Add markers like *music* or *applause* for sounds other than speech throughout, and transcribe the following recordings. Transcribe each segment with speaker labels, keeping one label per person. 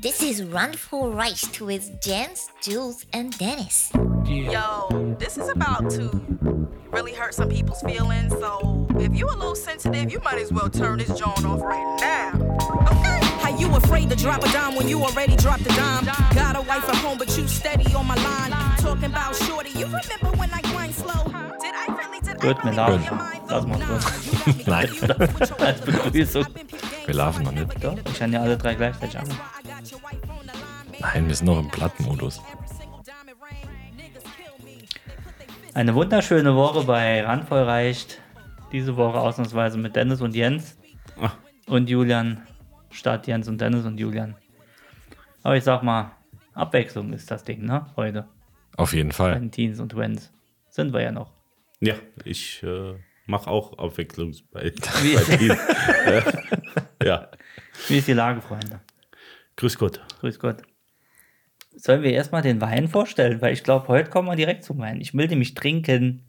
Speaker 1: This is Run for Rice with Jens, Jules, and Dennis.
Speaker 2: Yo, this is about to really hurt some people's feelings. So if you a little sensitive, you might as well turn this joint off right now. Okay.
Speaker 3: How you afraid to drop a dime when you already dropped a dime? Got a wife at home, but you steady on my line. Talking about shorty, you remember when I grind slow? Did I really, did
Speaker 4: Gut, wir
Speaker 3: I really get
Speaker 4: lachen.
Speaker 3: mine
Speaker 4: Lass mal
Speaker 3: though?
Speaker 4: kurz.
Speaker 5: *laughs*
Speaker 3: Nah, you got me
Speaker 5: Nein.
Speaker 3: confused with your
Speaker 4: Als Begrüßung.
Speaker 3: I've been peep games,
Speaker 5: Wir laufen noch
Speaker 3: so I
Speaker 5: nicht.
Speaker 3: never
Speaker 4: Doch,
Speaker 3: get a
Speaker 4: wir schauen ja alle drei gleichzeitig an.
Speaker 5: Nein, wir sind noch im Plattmodus.
Speaker 4: Eine wunderschöne Woche bei Randvoll reicht. Diese Woche ausnahmsweise mit Dennis und Jens. Und Julian. Statt Jens und Dennis und Julian. Aber ich sag mal, Abwechslung ist das Ding, ne? Heute.
Speaker 5: Auf jeden
Speaker 4: Bei
Speaker 5: Fall.
Speaker 4: den Teens und Twins. Sind wir ja noch.
Speaker 6: Ja, ich äh, mache auch
Speaker 4: *laughs*
Speaker 6: abwechslungsweise.
Speaker 4: Wie-
Speaker 6: bei diesen. äh, ja,
Speaker 4: Wie ist die Lage, Freunde?
Speaker 6: grüß Gott.
Speaker 4: Grüß Gott. Sollen wir erstmal den Wein vorstellen? Weil ich glaube, heute kommen wir direkt zum Wein. Ich will nämlich trinken.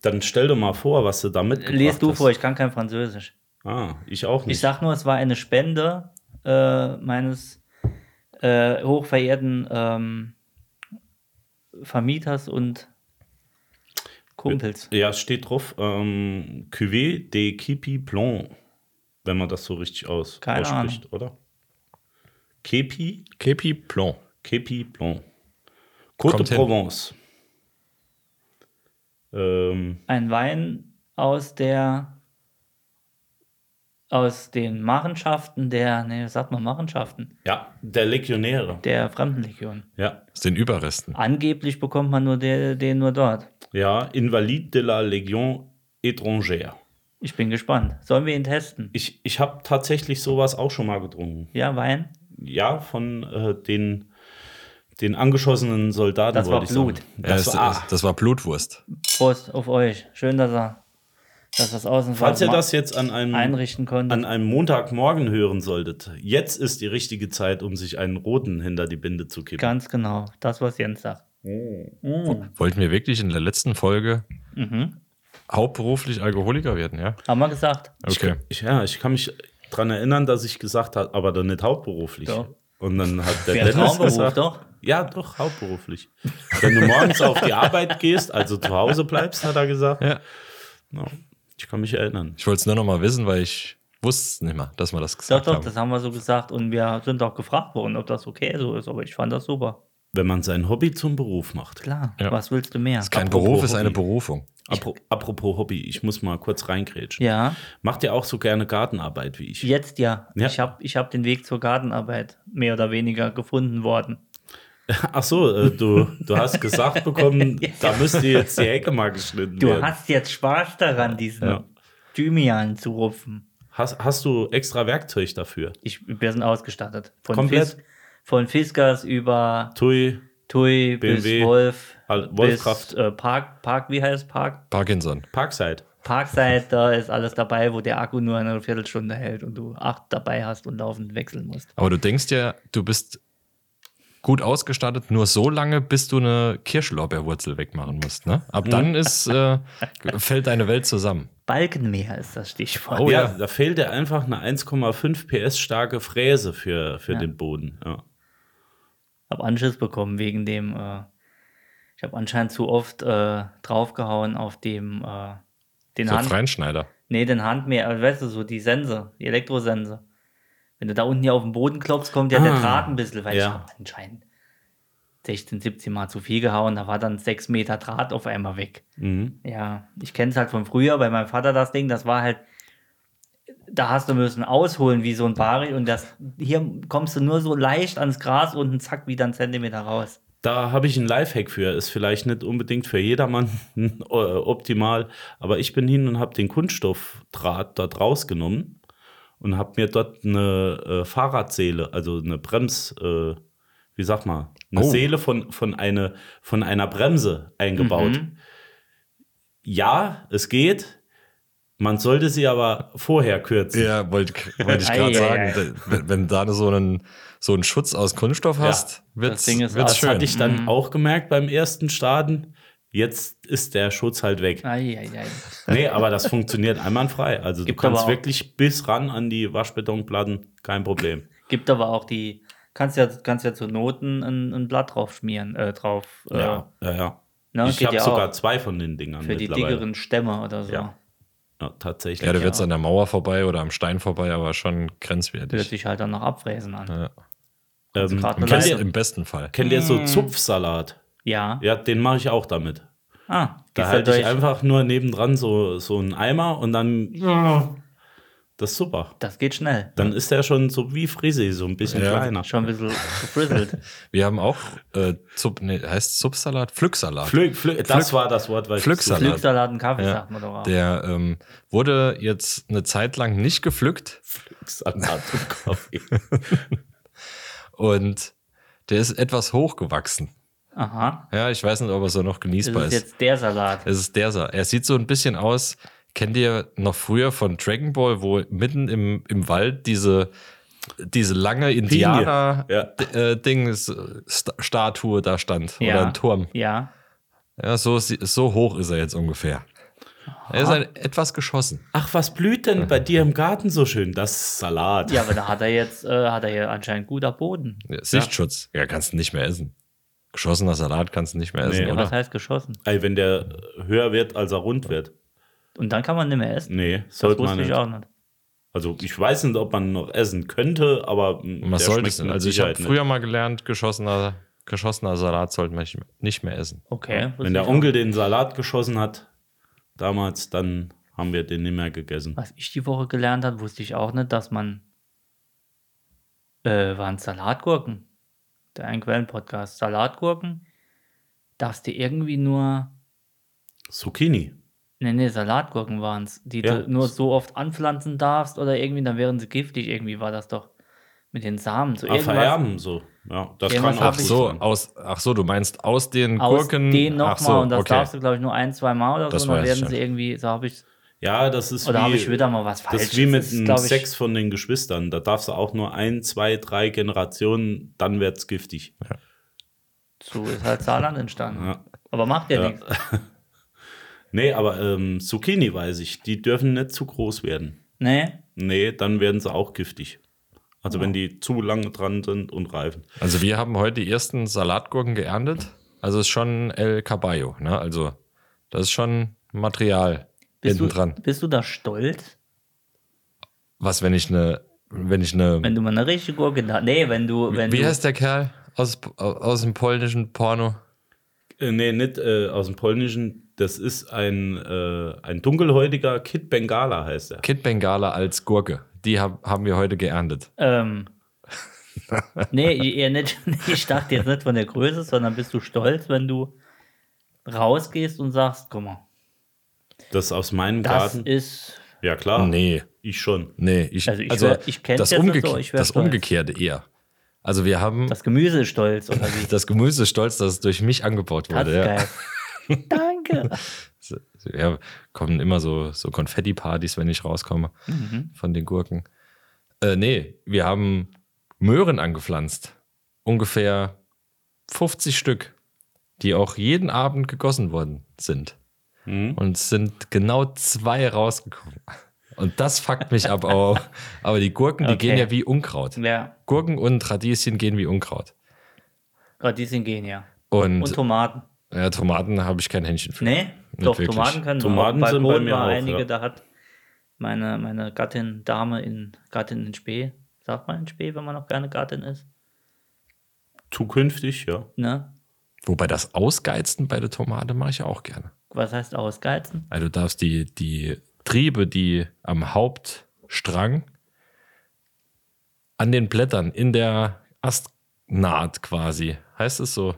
Speaker 6: Dann stell doch mal vor, was du da mitgebracht
Speaker 4: Lies du
Speaker 6: hast.
Speaker 4: vor, ich kann kein Französisch.
Speaker 6: Ah, ich auch nicht.
Speaker 4: Ich sag nur, es war eine Spende äh, meines äh, hochverehrten ähm, Vermieters und Kumpels.
Speaker 6: ja, es steht drauf, ähm, Cuvée de Kipi Blanc, wenn man das so richtig aus
Speaker 4: Keine
Speaker 6: ausspricht, oder? Kepi,
Speaker 5: Kepi Plon.
Speaker 6: Kepi Blanc. Côte
Speaker 5: Kommt
Speaker 6: de
Speaker 5: hin.
Speaker 6: Provence. Ähm,
Speaker 4: Ein Wein aus der aus den Machenschaften der, nee, sagt man Machenschaften,
Speaker 6: ja, der Legionäre.
Speaker 4: der Fremdenlegion.
Speaker 6: Ja,
Speaker 5: Aus den Überresten.
Speaker 4: Angeblich bekommt man nur den, den nur dort.
Speaker 6: ja, Invalide de la Légion étrangère.
Speaker 4: Ich bin gespannt. Sollen wir ihn testen?
Speaker 6: Ich, ich habe tatsächlich sowas auch schon mal getrunken.
Speaker 4: Ja, Wein?
Speaker 6: Ja, von äh, den, den angeschossenen Soldaten.
Speaker 4: Das war
Speaker 6: wollte ich
Speaker 4: Blut.
Speaker 6: Sagen.
Speaker 5: Das,
Speaker 6: Das
Speaker 5: das,
Speaker 6: war, ah,
Speaker 5: das, war Blutwurst.
Speaker 4: Prost auf euch. Schön, dass er, dass das außen
Speaker 6: falls ihr das jetzt an einem,
Speaker 4: einrichten konntet.
Speaker 6: an einem Montagmorgen hören solltet, jetzt ist die richtige Zeit, um sich einen roten hinter die Binde zu kippen.
Speaker 4: Ganz genau, das, was Jens sagt.
Speaker 5: Wollten wir wirklich in der letzten Folge
Speaker 6: Mhm.
Speaker 5: hauptberuflich Alkoholiker werden, ja?
Speaker 4: Haben wir gesagt.
Speaker 5: Okay.
Speaker 6: Ich, ja, ich kann mich dran erinnern, dass ich gesagt habe, aber dann nicht hauptberuflich.
Speaker 4: Ja.
Speaker 6: Und dann hat der
Speaker 4: Wäre ein
Speaker 6: Dennis
Speaker 4: Traumberuf,
Speaker 6: gesagt,
Speaker 4: doch.
Speaker 6: ja, doch, hauptberuflich. Wenn du morgens auf die Arbeit gehst, also zu Hause bleibst, hat er gesagt.
Speaker 5: Ja.
Speaker 6: Ja, ich kann mich erinnern.
Speaker 5: Ich wollte es nur noch mal wissen, weil ich wusste es nicht mehr, dass wir das
Speaker 4: Doch,
Speaker 5: gesagt
Speaker 4: doch,
Speaker 5: haben.
Speaker 4: das haben wir so gesagt. Und wir sind auch gefragt worden, ob das okay so ist. Aber ich fand das super.
Speaker 6: Wenn man sein Hobby zum Beruf macht.
Speaker 4: Klar,
Speaker 5: Ja.
Speaker 4: was willst du mehr?
Speaker 5: Kein
Speaker 6: Apropos
Speaker 5: Beruf ist
Speaker 6: Hobby.
Speaker 5: eine Berufung.
Speaker 6: Apro apropos Hobby, ich muss mal kurz reingrätschen.
Speaker 4: Ja,
Speaker 6: Macht ihr auch so gerne Gartenarbeit wie ich?
Speaker 4: jetzt ja.
Speaker 6: Ja.
Speaker 4: Ich habe ich hab den Weg zur Gartenarbeit mehr oder weniger gefunden worden.
Speaker 6: Ach so, äh, du, du hast
Speaker 4: *laughs*
Speaker 6: gesagt bekommen, da müsste jetzt die Hecke mal geschnitten
Speaker 4: Du
Speaker 6: werden.
Speaker 4: hast jetzt Spaß daran, diesen
Speaker 6: Ja.
Speaker 4: Thymian zu rupfen.
Speaker 6: Hast, hast du extra Werkzeug dafür?
Speaker 4: Ich, wir sind ausgestattet. Von
Speaker 6: Komplett?
Speaker 4: Fis- von Fiskars über
Speaker 6: Tui,
Speaker 4: Tui bis
Speaker 6: BMW,
Speaker 4: Wolf.
Speaker 6: Al- Wolfkraft.
Speaker 4: Bis, äh, Park, Park, wie heißt Park?
Speaker 5: Parkinson.
Speaker 6: Parkside.
Speaker 4: Parkside, da ist alles dabei, wo der Akku nur eine Viertelstunde hält und du acht dabei hast und laufend wechseln musst.
Speaker 5: Aber du denkst ja, du bist gut ausgestattet, nur so lange, bis du eine Kirschlorbeerwurzel wegmachen musst. Ne?
Speaker 6: Mhm.
Speaker 5: Ab dann ist,
Speaker 6: *laughs*
Speaker 5: äh, fällt deine Welt zusammen.
Speaker 4: Balkenmeer ist das Stichwort.
Speaker 5: Oh
Speaker 6: ja,
Speaker 5: ja.
Speaker 6: da fehlt dir einfach eine 1,5 PS starke Fräse für, für den Boden. Ja.
Speaker 4: Hab Anschiss bekommen wegen dem, äh, ich habe anscheinend zu oft äh, draufgehauen auf dem, äh, den
Speaker 5: Der
Speaker 4: Hand,
Speaker 5: Feinschneider.
Speaker 4: nee, den Handmäher, aber weißt du, so die Sense, die Elektrosense. Wenn du da unten hier auf den Boden klopfst, kommt ja der
Speaker 6: Ah,
Speaker 4: Draht ein bisschen, weil ich
Speaker 6: ja.
Speaker 4: habe anscheinend 16, 17 Mal zu viel gehauen, da war dann 6 Meter Draht auf einmal weg.
Speaker 6: Mhm.
Speaker 4: Ja, ich kenne es halt von früher, bei meinem Vater das Ding, das war halt, da hast du müssen ausholen wie so ein Bari und das, hier kommst du nur so leicht ans Gras und zack, wieder einen Zentimeter raus.
Speaker 6: Da habe ich einen Lifehack für. Ist vielleicht nicht unbedingt für jedermann *laughs* äh, optimal, aber ich bin hin und habe den Kunststoffdraht dort rausgenommen und habe mir dort eine äh, Fahrradseele, also eine Brems, äh, wie sag mal, eine
Speaker 5: Oh.
Speaker 6: Seele von, von, eine, von einer Bremse eingebaut.
Speaker 5: Mhm.
Speaker 6: Ja, es geht. Man sollte sie aber vorher kürzen.
Speaker 5: Ja, wollte wollt ich gerade
Speaker 4: Ei, ei,
Speaker 5: sagen, wenn, wenn du da so einen, so einen Schutz aus Kunststoff hast, wird's,
Speaker 4: Ding ist ah,
Speaker 5: wird's
Speaker 4: aus-
Speaker 5: schön. Mhm.
Speaker 6: Hatte ich dann auch gemerkt beim ersten Starten. Jetzt ist der Schutz halt weg.
Speaker 4: Eieiei.
Speaker 6: Nee, aber das funktioniert einwandfrei. Also
Speaker 4: Gibt
Speaker 6: du
Speaker 4: aber
Speaker 6: kannst
Speaker 4: auch-
Speaker 6: wirklich bis ran an die Waschbetonplatten, kein Problem.
Speaker 4: Gibt aber auch die, kannst ja, kannst ja zu Noten ein, ein Blatt drauf schmieren, äh, drauf. Äh,
Speaker 6: Ja, ja, ja.
Speaker 4: ne,
Speaker 6: ich
Speaker 4: geht
Speaker 6: habe
Speaker 4: ja
Speaker 6: sogar
Speaker 4: auch
Speaker 6: zwei von den Dingern
Speaker 4: für die
Speaker 6: mittlerweile.
Speaker 4: dickeren Stämme oder so.
Speaker 6: Ja. ja, tatsächlich.
Speaker 5: Ja, du wirst an der Mauer vorbei oder am Stein vorbei, aber schon grenzwertig.
Speaker 4: Hört sich halt dann noch abfräsen an.
Speaker 5: Ja.
Speaker 6: ähm,
Speaker 4: Grad
Speaker 5: Im,
Speaker 4: allein-
Speaker 5: besten, Im besten Fall.
Speaker 6: kennt ihr
Speaker 4: Mm.
Speaker 6: so Zupfsalat?
Speaker 4: ja.
Speaker 6: Ja, den mache ich auch damit.
Speaker 4: Ah,
Speaker 6: Da
Speaker 4: gehst
Speaker 6: halte ich
Speaker 4: durch.
Speaker 6: einfach nur nebendran so, so einen Eimer und dann. Das ist super.
Speaker 4: Das geht schnell.
Speaker 6: Dann ist der schon so wie Frisee, so ein bisschen
Speaker 5: Ja.
Speaker 6: kleiner.
Speaker 4: Schon ein
Speaker 6: *laughs*
Speaker 4: bisschen gefrizzelt.
Speaker 5: Wir haben auch, äh, Zup, nee, heißt Subsalat? Pflücksalat.
Speaker 6: Pflück, pflück, das war das Wort, weil
Speaker 5: Pflücksalat.
Speaker 4: Pflücksalat und Kaffee,
Speaker 5: Ja.
Speaker 4: sagt man doch auch.
Speaker 5: Der ähm, wurde jetzt eine Zeit lang nicht gepflückt
Speaker 6: Pflücksalat und Kaffee.
Speaker 5: und der ist etwas hochgewachsen.
Speaker 4: Aha.
Speaker 5: Ja, ich weiß nicht, ob er so noch
Speaker 4: Das
Speaker 5: genießbar
Speaker 4: ist
Speaker 5: ist.
Speaker 4: jetzt der Salat.
Speaker 5: Es ist der Sa. Er sieht so ein bisschen aus, kennt ihr noch früher von Dragon Ball, wo mitten im, im Wald diese, diese lange äh,
Speaker 6: Ja.
Speaker 5: Indianer-Ding-Statue da stand oder ein Turm.
Speaker 4: Ja.
Speaker 5: Ja, so, sie- so hoch ist er jetzt ungefähr. Er ist ein, etwas geschossen.
Speaker 6: Ach, was blüht denn bei dir im Garten so schön? Das ist Salat.
Speaker 4: Ja, aber da hat er jetzt, äh, hat er hier anscheinend guter Boden.
Speaker 5: Ja, Sichtschutz. Ja. kannst du nicht mehr essen. Geschossener Salat kannst du nicht mehr essen,
Speaker 6: Nee.
Speaker 4: Ja, was
Speaker 5: oder?
Speaker 4: heißt geschossen?
Speaker 6: Ey, wenn der höher wird, als er rund wird.
Speaker 4: Und dann kann man nicht mehr essen.
Speaker 6: Nee,
Speaker 4: Das
Speaker 6: sollte man
Speaker 4: wusste ich
Speaker 6: nicht.
Speaker 4: auch nicht.
Speaker 6: Also ich weiß nicht, ob man noch essen könnte, aber mh,
Speaker 5: Man
Speaker 6: der
Speaker 5: sollte
Speaker 6: schmeckt
Speaker 5: es
Speaker 6: mit
Speaker 5: Also ich habe
Speaker 6: Sicherheit
Speaker 5: früher mal gelernt, geschossener, geschossener Salat sollte man nicht mehr essen.
Speaker 4: Okay. wusste
Speaker 6: Wenn der
Speaker 4: ich
Speaker 6: Onkel den Salat geschossen hat, damals, dann haben wir den nicht mehr gegessen.
Speaker 4: was ich die Woche gelernt habe, wusste ich auch nicht, dass man äh, waren Salatgurken. Der Einquellen-Podcast. Salatgurken darfst du irgendwie nur.
Speaker 6: Zucchini.
Speaker 4: Nee, nee, Salatgurken waren es, die
Speaker 6: Ja.
Speaker 4: du nur so oft anpflanzen darfst oder irgendwie, dann wären sie giftig. Irgendwie war das doch mit den Samen. So
Speaker 6: Ah,
Speaker 4: irgendwas
Speaker 6: vererben so. Ja, das
Speaker 4: Irgendwas
Speaker 6: kann
Speaker 4: hab
Speaker 6: auch
Speaker 5: Ach
Speaker 4: ich-
Speaker 6: gut
Speaker 5: so,
Speaker 6: sein.
Speaker 5: aus, ach so, du meinst aus den
Speaker 4: aus
Speaker 5: Gurken.
Speaker 4: den nochmal
Speaker 5: ach so,
Speaker 4: und das
Speaker 5: okay.
Speaker 4: darfst du, glaube ich, nur ein, zwei Mal oder
Speaker 5: Das
Speaker 4: so. Und dann
Speaker 5: weiß ich
Speaker 4: werden sie
Speaker 5: schon.
Speaker 4: irgendwie, so habe ich
Speaker 6: Ja, das ist
Speaker 4: Oder
Speaker 6: wie,
Speaker 4: habe ich wieder mal was
Speaker 6: das
Speaker 4: falsch?
Speaker 6: ist wie mit dem
Speaker 4: glaub ich,
Speaker 6: Sex von den Geschwistern. Da darfst du auch nur ein, zwei, drei Generationen, dann wird's giftig.
Speaker 4: So ist halt Saarland entstanden.
Speaker 6: Ja.
Speaker 4: Aber macht ja,
Speaker 6: Ja.
Speaker 4: nichts.
Speaker 6: Nee, aber ähm, Zucchini weiß ich, die dürfen nicht zu groß werden.
Speaker 4: Nee?
Speaker 6: Nee, dann werden sie auch giftig. Also
Speaker 4: Oh.
Speaker 6: wenn die zu lange dran sind und reifen.
Speaker 5: Also wir haben heute die ersten Salatgurken geerntet. Also ist schon El Caballo, ne? Also das ist schon Material
Speaker 4: Bist
Speaker 5: hinten
Speaker 4: du,
Speaker 5: dran.
Speaker 4: bist du da stolz,
Speaker 5: Was, wenn ich eine, wenn ich eine,
Speaker 4: wenn du mal eine richtige Gurke da. Nee, wenn du. Wenn
Speaker 5: wie
Speaker 4: du,
Speaker 5: heißt der Kerl aus, aus dem polnischen Porno?
Speaker 6: Äh, nee, nicht äh, aus dem Polnischen. Das ist ein, äh, ein dunkelhäutiger Kid Bengala heißt er.
Speaker 5: Kid Bengala als Gurke. Die hab, haben wir heute geerntet.
Speaker 4: Ähm, nee, eher nicht, *laughs* ich dachte jetzt nicht von der Größe, sondern bist du stolz, wenn du rausgehst und sagst: guck mal,
Speaker 6: Das ist aus meinem
Speaker 4: das
Speaker 6: Garten.
Speaker 4: ist.
Speaker 6: Ja klar,
Speaker 5: Nee.
Speaker 6: ich schon.
Speaker 5: Nee, ich,
Speaker 4: Ah. Also
Speaker 5: also,
Speaker 4: ich wär- ich kenn's
Speaker 5: das,
Speaker 4: jetzt nicht
Speaker 5: Umgeke
Speaker 4: so, ich wär
Speaker 5: das
Speaker 4: stolz.
Speaker 5: Umgekehrte eher. Also wir haben das,
Speaker 4: Das Gemüse ist stolz, oder wie?
Speaker 5: Gemüse ist stolz, dass es durch mich angebaut
Speaker 4: Das
Speaker 5: wurde.
Speaker 4: ist
Speaker 5: ja.
Speaker 4: geil. Danke.
Speaker 5: So, Ja, kommen immer so, so Konfetti-Partys, wenn ich rauskomme
Speaker 4: Mhm.
Speaker 5: von den Gurken. Äh, nee, wir haben Möhren angepflanzt. Ungefähr 50 Stück, die auch jeden Abend gegossen worden sind.
Speaker 4: Mhm.
Speaker 5: Und es sind genau zwei rausgekommen. Und das fuckt mich ab auch. Aber die Gurken, die
Speaker 4: Okay.
Speaker 5: gehen ja wie Unkraut.
Speaker 4: Ja,
Speaker 5: Gurken und Radieschen gehen wie Unkraut.
Speaker 4: Radieschen gehen ja.
Speaker 5: Und,
Speaker 4: Und Tomaten.
Speaker 5: ja, Tomaten habe ich kein Händchen für.
Speaker 4: Nee,
Speaker 5: Nicht
Speaker 4: doch,
Speaker 5: wirklich.
Speaker 4: Tomaten können
Speaker 6: Tomaten
Speaker 4: auch.
Speaker 6: sind bei
Speaker 4: Balkon
Speaker 6: mir
Speaker 4: war
Speaker 6: auch,
Speaker 4: einige,
Speaker 6: ja.
Speaker 4: da hat meine, meine Gattin, Dame in Gattin in Spee, sagt man in Spee, wenn man noch gerne Gattin ist,
Speaker 6: Zukünftig, ja.
Speaker 4: ne?
Speaker 5: Wobei das Ausgeizen bei der Tomate mache ich ja auch gerne.
Speaker 4: Was heißt ausgeizen?
Speaker 5: Also du darfst die, die Triebe, die am Hauptstrang an den Blättern, in der Astnaht quasi, heißt es so,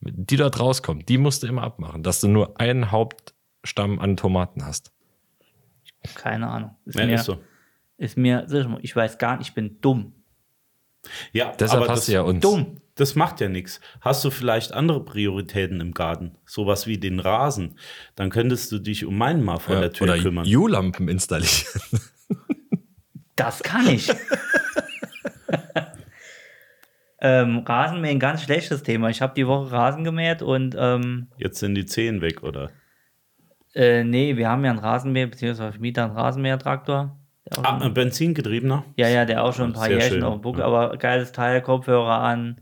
Speaker 5: die dort rauskommt, die musst du immer abmachen, dass du nur einen Hauptstamm an Tomaten hast.
Speaker 4: Keine Ahnung. Ist,
Speaker 6: Ja,
Speaker 4: mir,
Speaker 6: ist so.
Speaker 4: ist mir, sag ich mal, ich weiß gar nicht, ich bin dumm.
Speaker 6: Ja,
Speaker 5: Deshalb
Speaker 6: aber
Speaker 5: hast
Speaker 6: das,
Speaker 5: du ja uns.
Speaker 4: Dumm.
Speaker 6: Das macht ja nichts. Hast du vielleicht andere Prioritäten im Garten? Sowas wie den Rasen. Dann könntest du dich um meinen mal vor
Speaker 5: Ja,
Speaker 6: der Tür
Speaker 5: oder
Speaker 6: kümmern.
Speaker 5: U-Lampen installieren. *laughs*
Speaker 4: Das kann
Speaker 6: *laughs*
Speaker 4: ich. ähm, Rasenmähen, ganz schlechtes Thema. Ich habe die Woche Rasen gemäht und ähm,
Speaker 6: Jetzt sind die Zehen weg, oder?
Speaker 4: Äh, nee, wir haben ja einen Rasenmäher, beziehungsweise ich miete einen Rasenmähertraktor. Der auch
Speaker 6: Ah,
Speaker 4: schon,
Speaker 6: ein Benzingetriebener.
Speaker 4: ja, ja, der auch schon ein paar
Speaker 6: Sehr
Speaker 4: Jährchen
Speaker 6: schön,
Speaker 4: auf dem Buckel,
Speaker 6: ja.
Speaker 4: aber geiles Teil, Kopfhörer an,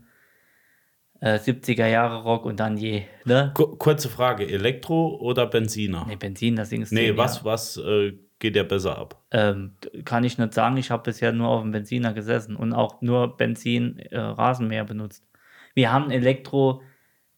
Speaker 4: äh, 70er Jahre Rock und dann je, ne?
Speaker 6: Ku- Kurze Frage, Elektro oder Benziner?
Speaker 4: Ne, Benzin, das Ding ist.
Speaker 6: nee,
Speaker 4: zehn
Speaker 6: was,
Speaker 4: Jahre.
Speaker 6: was äh, geht der besser ab?
Speaker 4: Ähm, kann ich nicht sagen, ich habe bisher nur auf dem Benziner gesessen und auch nur Benzin, äh, Rasenmäher benutzt. Wir haben Elektro,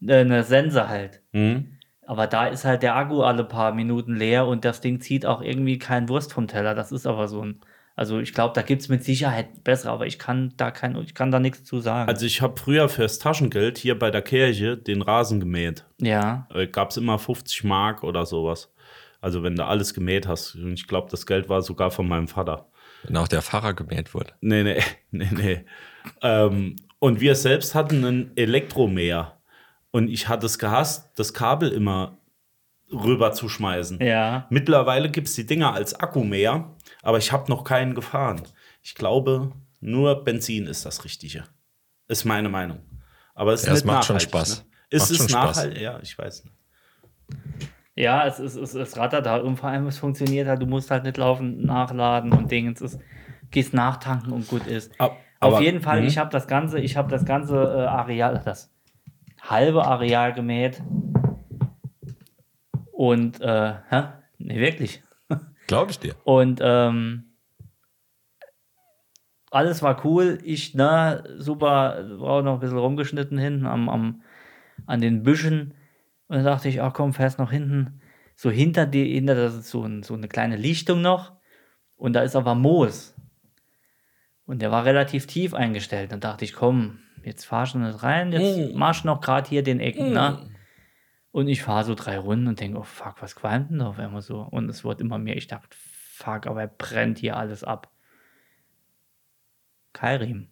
Speaker 4: äh, eine Sense halt.
Speaker 6: Hm?
Speaker 4: Aber da ist halt der Akku alle paar Minuten leer und das Ding zieht auch irgendwie keinen Wurst vom Teller. Das ist aber so ein. Also ich glaube, da gibt es mit Sicherheit bessere, aber ich kann da kein, ich kann da nichts zu sagen.
Speaker 6: Also ich habe früher fürs Taschengeld hier bei der Kirche den Rasen gemäht.
Speaker 4: ja.
Speaker 6: Äh, Gab es immer 50 Mark oder sowas. Also wenn du alles gemäht hast. Und ich glaube, das Geld war sogar von meinem Vater.
Speaker 5: Wenn auch der Fahrer gemäht wurde.
Speaker 6: Nee, nee, *laughs* nee, nee. ähm, und wir selbst hatten einen Elektromäher. Und ich hatte es gehasst, das Kabel immer rüber zu schmeißen.
Speaker 4: Ja.
Speaker 6: Mittlerweile gibt es die Dinger als Akkumäher, aber ich habe noch keinen gefahren. Ich glaube, nur Benzin ist das Richtige. Ist meine Meinung. Aber es ist
Speaker 5: Ja, es
Speaker 6: nicht
Speaker 5: macht schon
Speaker 6: nachhaltig,
Speaker 5: Spaß.
Speaker 6: Ne? Ist
Speaker 5: Macht
Speaker 6: es
Speaker 5: schon Spaß.
Speaker 6: nachhaltig? Ja, ich weiß nicht.
Speaker 4: Ja, es, ist, es, es rattert halt und vor allem es funktioniert halt, du musst halt nicht laufend nachladen und Dingens. Es gehst nachtanken und gut ist.
Speaker 6: Ab-
Speaker 4: Auf
Speaker 6: aber-
Speaker 4: jeden Fall,
Speaker 6: Mhm.
Speaker 4: ich habe das ganze, ich habe das ganze äh, Areal, das halbe Areal gemäht. Und äh, hä? Nee, wirklich.
Speaker 5: Glaube ich dir.
Speaker 4: Und ähm, alles war cool. Ich, na, super, war auch noch ein bisschen rumgeschnitten hinten am, am, an den Büschen. Und dann dachte ich, ach komm, fährst noch hinten. So hinter dir, hinter das ist so, ein, so eine kleine Lichtung noch. Und da ist aber Moos. Und der war relativ tief eingestellt. Dann dachte ich, komm, jetzt fahr schon nicht rein, jetzt marsch noch gerade hier den Ecken. Ne? Und ich fahre so drei Runden und denke, oh fuck, was qualmt denn da auf einmal so? Und es wurde immer mehr. Ich dachte, fuck, aber er brennt hier alles ab. Keilriemen.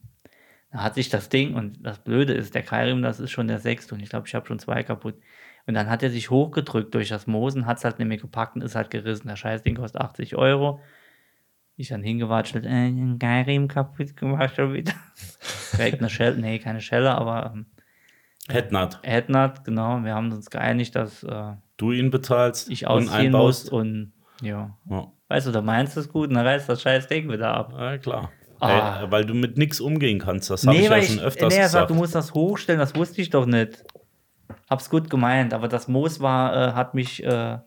Speaker 4: Da hat sich das Ding, und das Blöde ist, der Keilriemen, das ist schon der sechste und ich glaube, ich habe schon zwei kaputt. Und dann hat er sich hochgedrückt durch das Moosen, hat es halt nämlich gepackt und ist halt gerissen. Das scheiß Ding kostet 80 Euro. Ich dann hingewatschelt, äh, ein Keilriemen kaputt gemacht schon wieder. Direkt eine Schelle, nee, keine Schelle, aber ähm,
Speaker 6: Hetnat,
Speaker 4: Ednard, genau, wir haben uns geeinigt, dass äh,
Speaker 6: du ihn bezahlst
Speaker 4: ich ausziehen muss
Speaker 6: einbaust.
Speaker 4: und ja.
Speaker 6: Ja.
Speaker 4: Weißt du, da meinst du es gut und dann reißt das scheiß Ding wieder ab.
Speaker 6: Ja, klar.
Speaker 4: Ah.
Speaker 6: Ey, weil du mit nichts umgehen kannst. Das habe ich ja
Speaker 4: weil
Speaker 6: schon öfters
Speaker 4: nee, er sagt,
Speaker 6: gesagt.
Speaker 4: du musst das hochstellen, das wusste ich doch nicht. Hab's gut gemeint, aber das Moos war, äh, hat mich, äh,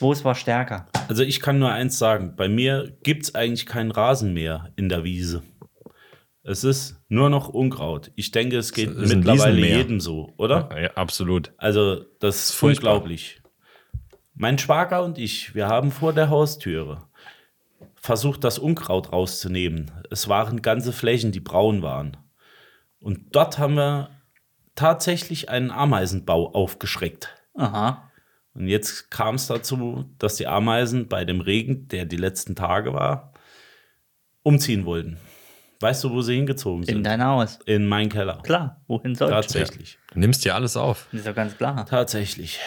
Speaker 4: Moos war stärker.
Speaker 6: also ich kann nur eins sagen. Bei mir gibt es eigentlich keinen Rasen mehr in der Wiese. Es ist nur noch Unkraut. Ich denke, es geht
Speaker 5: Es ist ein
Speaker 6: mittlerweile
Speaker 5: Wiesenmäher.
Speaker 6: jedem so, oder?
Speaker 5: Ja, absolut.
Speaker 6: Also, das ist
Speaker 5: furchtbar.
Speaker 6: unglaublich. Mein Schwager und ich, wir haben vor der Haustüre versucht, das Unkraut rauszunehmen. Es waren ganze Flächen, die braun waren. Und dort haben wir tatsächlich einen Ameisenbau aufgeschreckt.
Speaker 4: Aha.
Speaker 6: Und jetzt kam es dazu, dass die Ameisen bei dem Regen, der die letzten Tage war, umziehen wollten. Weißt du, wo sie hingezogen
Speaker 4: In
Speaker 6: sind?
Speaker 4: dein Haus.
Speaker 6: In meinen Keller.
Speaker 4: Klar, wohin soll ich?
Speaker 6: Tatsächlich.
Speaker 5: Du nimmst dir alles auf.
Speaker 4: Ist ja ganz klar.
Speaker 6: Tatsächlich.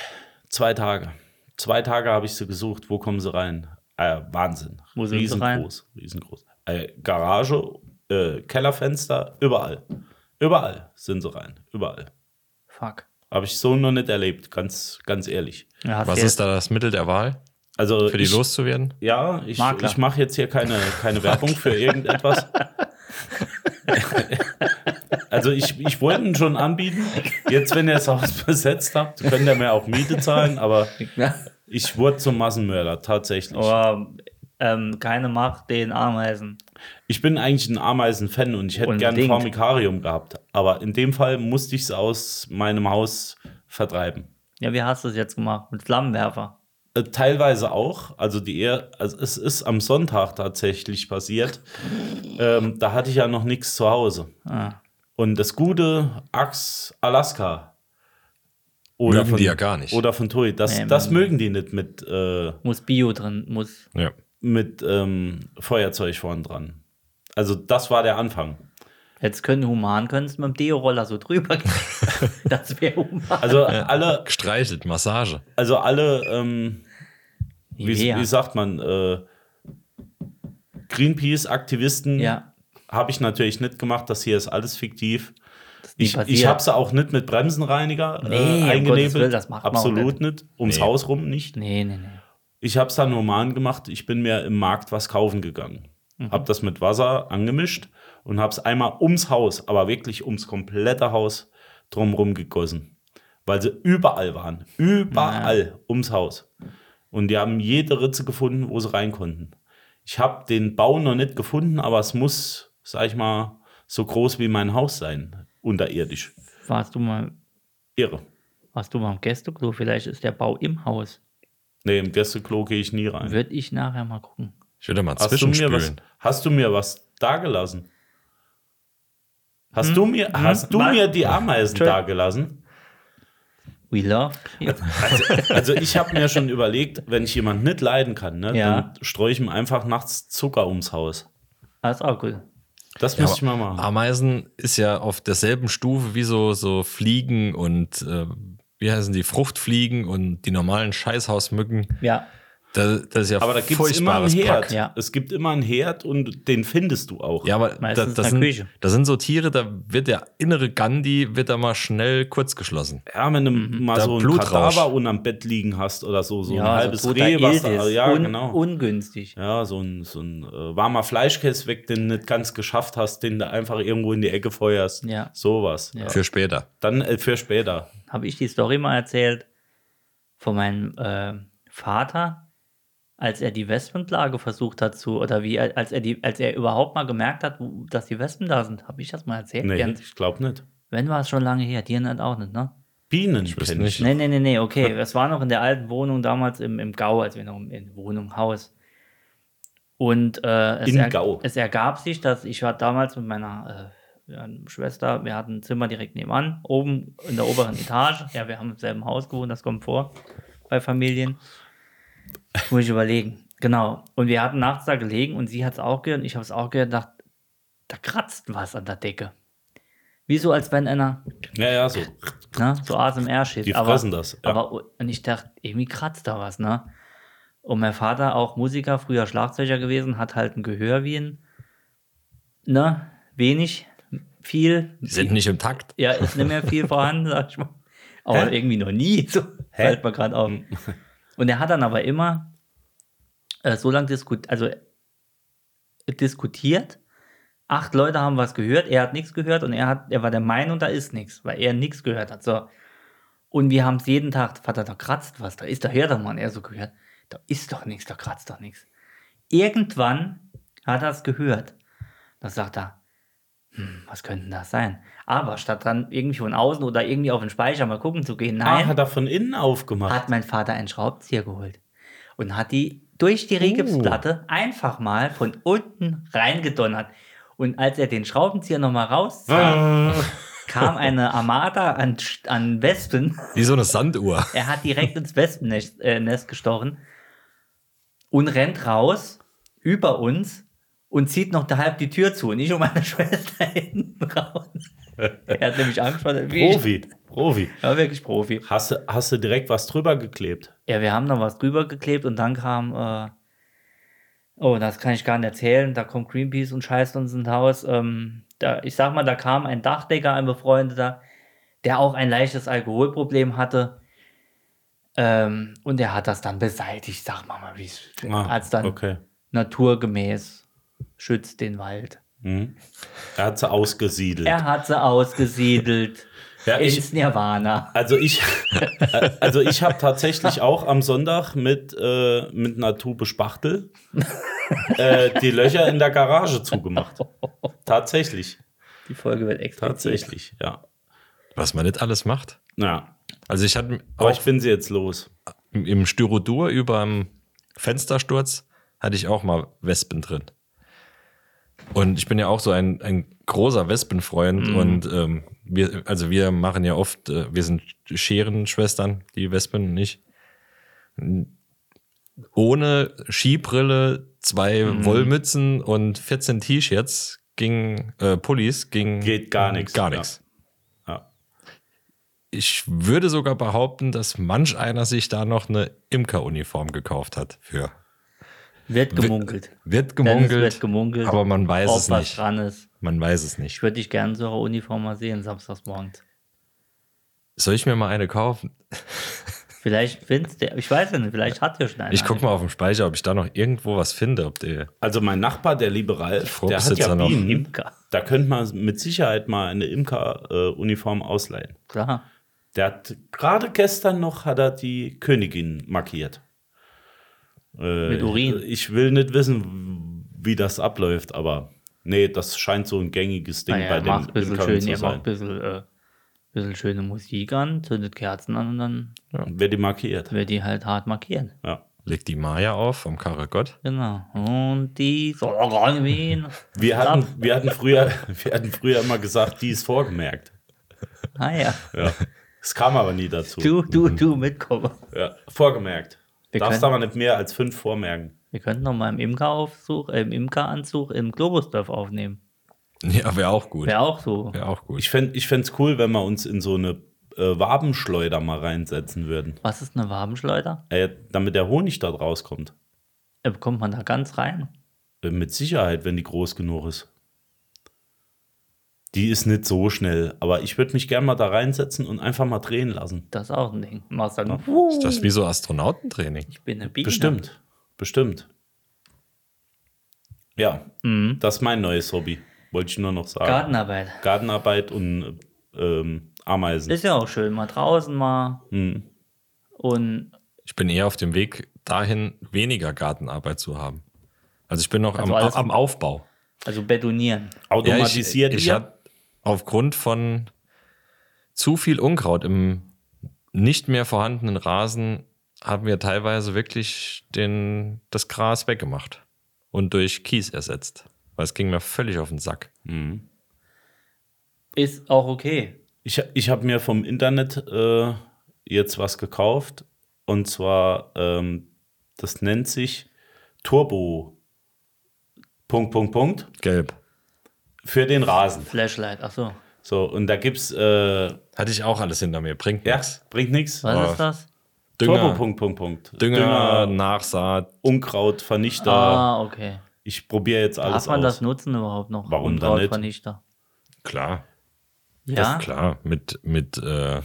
Speaker 6: Zwei Tage. Zwei Tage habe ich sie gesucht. Wo kommen sie rein? Äh, Wahnsinn.
Speaker 4: Wo sind sie
Speaker 6: riesengroß. Riesengroß. Äh, Garage, äh, Kellerfenster, überall. Überall sind sie rein. Überall.
Speaker 4: Fuck.
Speaker 6: Habe ich so noch nicht erlebt, ganz, ganz ehrlich.
Speaker 4: Ja, hast
Speaker 5: Was
Speaker 4: du
Speaker 5: ist
Speaker 4: jetzt-
Speaker 5: da das Mittel der Wahl,
Speaker 6: Also
Speaker 5: für die
Speaker 6: ich,
Speaker 5: loszuwerden?
Speaker 6: Ja, ich,
Speaker 4: Makler.
Speaker 6: ich mache jetzt hier keine, keine Werbung für irgendetwas. *laughs* also ich, ich wollte ihn schon anbieten. Jetzt, wenn ihr das Haus *laughs* besetzt habt, könnt ihr mir auch Miete zahlen, aber
Speaker 4: *laughs*
Speaker 6: ich wurde zum Massenmörder, tatsächlich.
Speaker 4: Aber ähm, keine Macht den Ameisen.
Speaker 6: Ich bin eigentlich ein Ameisen-Fan und ich hätte gern
Speaker 4: Unbedingt.
Speaker 6: ein Formikarium gehabt. Aber in dem Fall musste ich es aus meinem Haus vertreiben.
Speaker 4: Ja, wie hast du es jetzt gemacht? Mit Flammenwerfer.
Speaker 6: Äh, Teilweise auch. Also die Ehe, also es ist am Sonntag tatsächlich passiert. ähm, da hatte ich ja noch nichts zu Hause.
Speaker 4: Ah.
Speaker 6: Und das gute Axe Alaska. Oder
Speaker 5: Mögen die ja gar nicht.
Speaker 6: Oder von Tui. Das,
Speaker 4: Nee,
Speaker 6: das
Speaker 4: man-
Speaker 6: mögen die nicht mit, äh,
Speaker 4: Muss Bio drin, muss.
Speaker 5: Ja.
Speaker 6: mit ähm, Feuerzeug vorn dran. Also das war der Anfang.
Speaker 4: Jetzt können human, könntest mit dem Deo-Roller so drüber
Speaker 6: *laughs*
Speaker 4: gehen. das wäre human.
Speaker 6: Also alle,
Speaker 5: Gestreichelt, Massage.
Speaker 6: also alle, ähm, wie,
Speaker 4: Nivea.
Speaker 6: wie sagt man, äh, Greenpeace-Aktivisten
Speaker 4: ja,
Speaker 6: habe ich natürlich nicht gemacht. Das hier ist alles fiktiv.
Speaker 4: ist nie
Speaker 6: Ich,
Speaker 4: passiert.
Speaker 6: ich habe sie auch nicht mit Bremsenreiniger
Speaker 4: Nee, um
Speaker 6: äh,
Speaker 4: Gottes
Speaker 6: eingenebelt.
Speaker 4: Willen, das macht man auch
Speaker 6: Absolut nicht. Ums
Speaker 5: Nee.
Speaker 6: Haus rum nicht.
Speaker 4: Nee, nee, nee.
Speaker 6: Ich habe es dann human gemacht. Ich bin mir im Markt was kaufen gegangen. Habe das mit Wasser angemischt und habe es einmal ums Haus, aber wirklich ums komplette Haus drumherum gegossen. Weil sie überall waren. Überall ums Haus. Und die haben jede Ritze gefunden, wo sie rein konnten. Ich habe den Bau noch nicht gefunden, aber es muss, sag ich mal, so groß wie mein Haus sein. Unterirdisch.
Speaker 4: Warst du mal,
Speaker 6: Irre.
Speaker 4: warst du mal im Gästeklo? Vielleicht ist der Bau im Haus.
Speaker 6: Nee, im Gästeklo gehe ich nie rein.
Speaker 4: Würde ich nachher mal gucken.
Speaker 5: Ich würde mal
Speaker 6: Hast du, mir was,
Speaker 5: zwischenspülen.
Speaker 6: hast du mir was dagelassen? Hast
Speaker 5: Hm?
Speaker 6: du mir, hast du
Speaker 4: Was?
Speaker 6: mir die Ameisen
Speaker 4: Tschö.
Speaker 6: dagelassen?
Speaker 4: We love
Speaker 6: *laughs*
Speaker 4: you.
Speaker 6: Also ich habe mir schon überlegt, wenn ich jemanden nicht leiden kann, ne,
Speaker 4: Ja.
Speaker 6: dann streue ich ihm einfach nachts Zucker ums Haus.
Speaker 4: Das ist auch cool.
Speaker 6: Das
Speaker 5: Ja, ah,
Speaker 6: müsste ich mal machen.
Speaker 5: Ameisen ist ja auf derselben Stufe wie so, so Fliegen und äh, wie heißen die? Fruchtfliegen und die normalen Scheißhausmücken.
Speaker 4: Ja,
Speaker 5: Da, das ist ja
Speaker 6: aber da gibt es immer einen
Speaker 5: furchtbares
Speaker 6: Herd.
Speaker 5: Pack.
Speaker 4: Ja.
Speaker 6: Es gibt immer einen Herd und den findest du auch.
Speaker 5: Ja, aber da,
Speaker 4: Meistens in
Speaker 5: das,
Speaker 4: der
Speaker 5: sind,
Speaker 4: Küche.
Speaker 5: das sind so Tiere, da wird der innere Gandhi, wird da mal schnell kurz geschlossen.
Speaker 6: Ja, wenn du mal
Speaker 5: Mhm. Da
Speaker 6: so einen
Speaker 5: Blutrausch. also
Speaker 6: Kadaver unten am Bett liegen hast oder so, so
Speaker 4: ja
Speaker 6: ein
Speaker 4: so
Speaker 6: halbes
Speaker 4: toter
Speaker 6: Reh, was da,
Speaker 4: Iltis.
Speaker 6: ja,
Speaker 4: Un
Speaker 6: genau.
Speaker 4: Ungünstig.
Speaker 6: Ja, so ein, so ein äh, warmer Fleischkäse weg, den du nicht ganz geschafft hast, den du einfach irgendwo in die Ecke feuerst.
Speaker 4: Ja.
Speaker 6: Sowas.
Speaker 4: Ja.
Speaker 5: Für später.
Speaker 6: Dann äh, für später.
Speaker 4: habe ich die Story mal erzählt von meinem äh, Vater, als er die Wespenplage versucht hat zu, oder wie, er- als er die, als er überhaupt mal gemerkt hat, wo- dass die Wespen da sind. Habe ich das mal erzählt?
Speaker 6: Nee,
Speaker 4: Jens?
Speaker 6: ich glaube nicht.
Speaker 4: Wenn war es schon lange her, dir nicht auch nicht, ne?
Speaker 6: Bienen
Speaker 5: wüsste
Speaker 6: kenn ich.
Speaker 5: nicht.
Speaker 4: Nee, nee, nee, nee, okay. Es war noch in der alten Wohnung damals im, im Gau, als wir noch im- in Wohnung, Haus. Und äh, es,
Speaker 6: In Gau.
Speaker 4: es ergab sich, dass ich war damals mit meiner äh, ja, Schwester, wir hatten ein Zimmer direkt nebenan, oben in der oberen Etage. Ja, wir haben im selben Haus gewohnt, das kommt vor bei Familien. Muss ich überlegen. Genau. Und wir hatten nachts da gelegen und sie hat es auch gehört und ich habe es auch gehört, dachte, da kratzt was an der Decke. Wie so, als wenn einer
Speaker 6: Ja, ja, so.
Speaker 4: ne? so ASMR-Shit.
Speaker 6: Die
Speaker 4: aber,
Speaker 6: fressen das, ja.
Speaker 4: Aber und ich dachte, irgendwie kratzt da was, ne? Und mein Vater, auch Musiker, früher Schlagzeuger gewesen, hat halt ein Gehör wie ein, ne? Wenig, viel.
Speaker 5: Die sind nicht im Takt.
Speaker 4: Ja, ist nicht mehr viel vorhanden, sag ich mal. Aber irgendwie noch nie, so fällt mir gerade auf.
Speaker 6: Hm.
Speaker 4: Und er hat dann aber immer äh, so lange diskutiert, also äh, diskutiert. Acht Leute haben was gehört, er hat nichts gehört und er, hat, er war der Meinung, da ist nichts, weil er nichts gehört hat. So. Und wir haben es jeden Tag, Vater, da kratzt was, da ist, da hört doch mal. Und er so gehört, da ist doch nichts, da kratzt doch nichts. Irgendwann hat er es gehört. Da sagt er, hm, was könnte denn das sein? Aber statt dann irgendwie von außen oder irgendwie auf den Speicher mal gucken zu gehen, nein,
Speaker 6: Ah, hat er von innen aufgemacht.
Speaker 4: hat mein Vater ein Schraubenzieher geholt und hat die durch die Regipsplatte einfach mal von unten reingedonnert. Und als er den Schraubenzieher nochmal rauszog, kam eine Armada an, Sch- an Wespen.
Speaker 5: Wie so eine Sanduhr.
Speaker 4: Er hat direkt ins Wespennest äh, Nest gestochen und rennt raus über uns und zieht noch halb die Tür zu. Und ich und meine *laughs* Schwester hinten raus. Er hat nämlich Angst vor der
Speaker 6: Profi. Profi.
Speaker 4: Ja, wirklich Profi.
Speaker 6: Hast du, hast du direkt was drüber geklebt?
Speaker 4: Ja, wir haben da was drüber geklebt und dann kam, äh, oh, das kann ich gar nicht erzählen, da kommt Greenpeace und scheißt uns ins Haus. Ähm, da, ich sag mal, da kam ein Dachdecker, ein Befreundeter, der auch ein leichtes Alkoholproblem hatte. Ähm, und der hat das dann beseitigt, sag mal mal, wie es
Speaker 6: Ah,
Speaker 4: als dann
Speaker 6: Okay.
Speaker 4: naturgemäß schützt den Wald.
Speaker 6: Er hat sie ausgesiedelt.
Speaker 4: Er hat sie ausgesiedelt
Speaker 6: *laughs* Ja, ich-
Speaker 4: ins Nirvana.
Speaker 6: Also ich, *laughs* also ich habe tatsächlich auch am Sonntag mit, äh, mit einer Tube Spachtel äh, die Löcher in der Garage zugemacht. Tatsächlich,
Speaker 4: Die Folge wird extra.
Speaker 6: tatsächlich, ja.
Speaker 5: Was man nicht alles macht.
Speaker 6: ja.
Speaker 5: Also ich hatte
Speaker 6: Aber
Speaker 5: auch
Speaker 6: ich bin sie jetzt los.
Speaker 5: im- im Styrodur überm Fenstersturz hatte ich auch mal Wespen drin. Und ich bin ja auch so ein, ein großer Wespenfreund und ähm, wir, also wir machen ja oft, äh, wir sind Scherenschwestern, die Wespen und ich. Ohne Skibrille, zwei Wollmützen und 14 T-Shirts ging, äh, Pullis ging
Speaker 6: Geht gar nichts,
Speaker 5: Gar
Speaker 6: ja.
Speaker 5: nichts.
Speaker 6: Ja.
Speaker 5: Ich würde sogar behaupten, dass manch einer sich da noch eine Imkeruniform gekauft hat für.
Speaker 4: Wird gemunkelt.
Speaker 5: Wird
Speaker 4: Dennis
Speaker 5: gemunkelt,
Speaker 4: wird gemunkelt.
Speaker 5: aber man weiß
Speaker 4: ob
Speaker 5: es
Speaker 4: was
Speaker 5: nicht.
Speaker 4: dran ist.
Speaker 5: Man weiß es
Speaker 4: Ich
Speaker 5: nicht.
Speaker 4: würde dich gerne in so einer Uniform mal sehen, samstags morgens.
Speaker 5: Soll ich mir mal eine kaufen?
Speaker 4: Vielleicht findest du, ich weiß ja nicht, vielleicht hat ja schon einer.
Speaker 5: Ich guck mal auf dem Speicher, ob ich da noch irgendwo was finde, ob der.
Speaker 6: Also mein Nachbar, der liebe Ralf,
Speaker 5: Froh,
Speaker 6: der
Speaker 5: bist
Speaker 6: hat
Speaker 5: du
Speaker 6: ja
Speaker 5: jetzt noch.
Speaker 6: Bienen.
Speaker 4: Imker.
Speaker 6: Da könnte man mit Sicherheit mal eine Imker-Uniform ausleihen.
Speaker 4: Klar.
Speaker 6: Der hat gerade gestern noch hat er die Königin markiert. Äh,
Speaker 4: Mit Urin.
Speaker 6: Ich will nicht wissen, wie das abläuft, aber nee, das scheint so ein gängiges Ding
Speaker 4: Naja,
Speaker 6: bei
Speaker 4: er macht ein
Speaker 6: den
Speaker 4: bisschen
Speaker 6: Imkern
Speaker 4: schön,
Speaker 6: zu
Speaker 4: er macht ein
Speaker 6: sein.
Speaker 4: bisschen, äh, bisschen schöne Musik an, zündet Kerzen an und dann
Speaker 6: Wer die markiert.
Speaker 4: wird die halt hart markiert.
Speaker 6: Ja.
Speaker 5: Legt die Maya auf vom Karagott. *laughs*
Speaker 4: Genau. Und die Sorgen
Speaker 6: *laughs*
Speaker 4: wehen.
Speaker 6: Wir, hatten, wir, hatten früher, *laughs* wir hatten früher immer gesagt, die ist vorgemerkt.
Speaker 4: Ah ja.
Speaker 6: Ja. Es kam aber nie dazu.
Speaker 4: Du, du, du, mitkommen.
Speaker 6: Ja, vorgemerkt.
Speaker 4: Wir
Speaker 6: Darfst
Speaker 4: können-
Speaker 6: aber nicht mehr als fünf vormerken.
Speaker 4: Wir könnten noch mal im Imkeraufzug, äh, im Imkeranzug im Globusdorf aufnehmen.
Speaker 5: Ja, wäre auch gut.
Speaker 4: Wäre auch so.
Speaker 5: Wäre auch gut.
Speaker 6: Ich fände es cool, wenn wir uns in so eine äh, Wabenschleuder mal reinsetzen würden.
Speaker 4: Was ist eine Wabenschleuder?
Speaker 6: Äh, damit der Honig da rauskommt.
Speaker 4: Äh, kommt man da ganz rein?
Speaker 6: Äh, mit Sicherheit, wenn die groß genug ist. Die ist nicht so schnell, aber ich würde mich gerne mal da reinsetzen und einfach mal drehen lassen.
Speaker 4: Das ist auch ein Ding. Machst dann, "Wuh,
Speaker 5: Ist das wie so Astronautentraining?
Speaker 4: ich bin eine Biene.
Speaker 6: Bestimmt. Bestimmt. Ja,
Speaker 4: Mhm.
Speaker 6: das ist mein neues Hobby. Wollte ich nur noch sagen.
Speaker 4: Gartenarbeit.
Speaker 6: Gartenarbeit und äh, ähm, Ameisen.
Speaker 4: Ist ja auch schön, mal draußen mal.
Speaker 6: Hm.
Speaker 4: Und
Speaker 5: Ich bin eher auf dem Weg dahin, weniger Gartenarbeit zu haben. Also ich bin noch
Speaker 4: Also
Speaker 5: am,
Speaker 4: alles-
Speaker 5: am Aufbau.
Speaker 4: also betonieren.
Speaker 6: Automatisiert
Speaker 5: ja, ich, ich
Speaker 6: ihr?
Speaker 5: hab aufgrund von zu viel Unkraut im nicht mehr vorhandenen Rasen haben wir teilweise wirklich den, das Gras weggemacht und durch Kies ersetzt. Weil es ging mir völlig auf den Sack.
Speaker 4: Ist auch okay.
Speaker 6: Ich, ich habe mir vom Internet äh, jetzt was gekauft. Und zwar, ähm, das nennt sich Turbo. Punkt, Punkt, Punkt.
Speaker 5: Gelb.
Speaker 6: Für den Rasen.
Speaker 4: Flashlight, achso.
Speaker 6: So, und da gibt's, äh,
Speaker 5: Hatte ich auch alles hinter mir. Bringt
Speaker 6: ja,
Speaker 5: nichts.
Speaker 6: bringt nichts.
Speaker 4: Was
Speaker 5: Ah.
Speaker 4: ist das?
Speaker 6: Turbo,
Speaker 5: Dünger,
Speaker 6: Punkt, Punkt, Punkt.
Speaker 5: Dünger, Nachsaat.
Speaker 6: Unkrautvernichter.
Speaker 4: Ah, okay.
Speaker 6: Ich probiere jetzt alles
Speaker 4: Darf man
Speaker 6: aus.
Speaker 4: das nutzen überhaupt noch? um
Speaker 6: Warum dann nicht?
Speaker 4: Unkrautvernichter.
Speaker 5: Klar,
Speaker 4: Ja,
Speaker 5: klar. Mit, mit äh,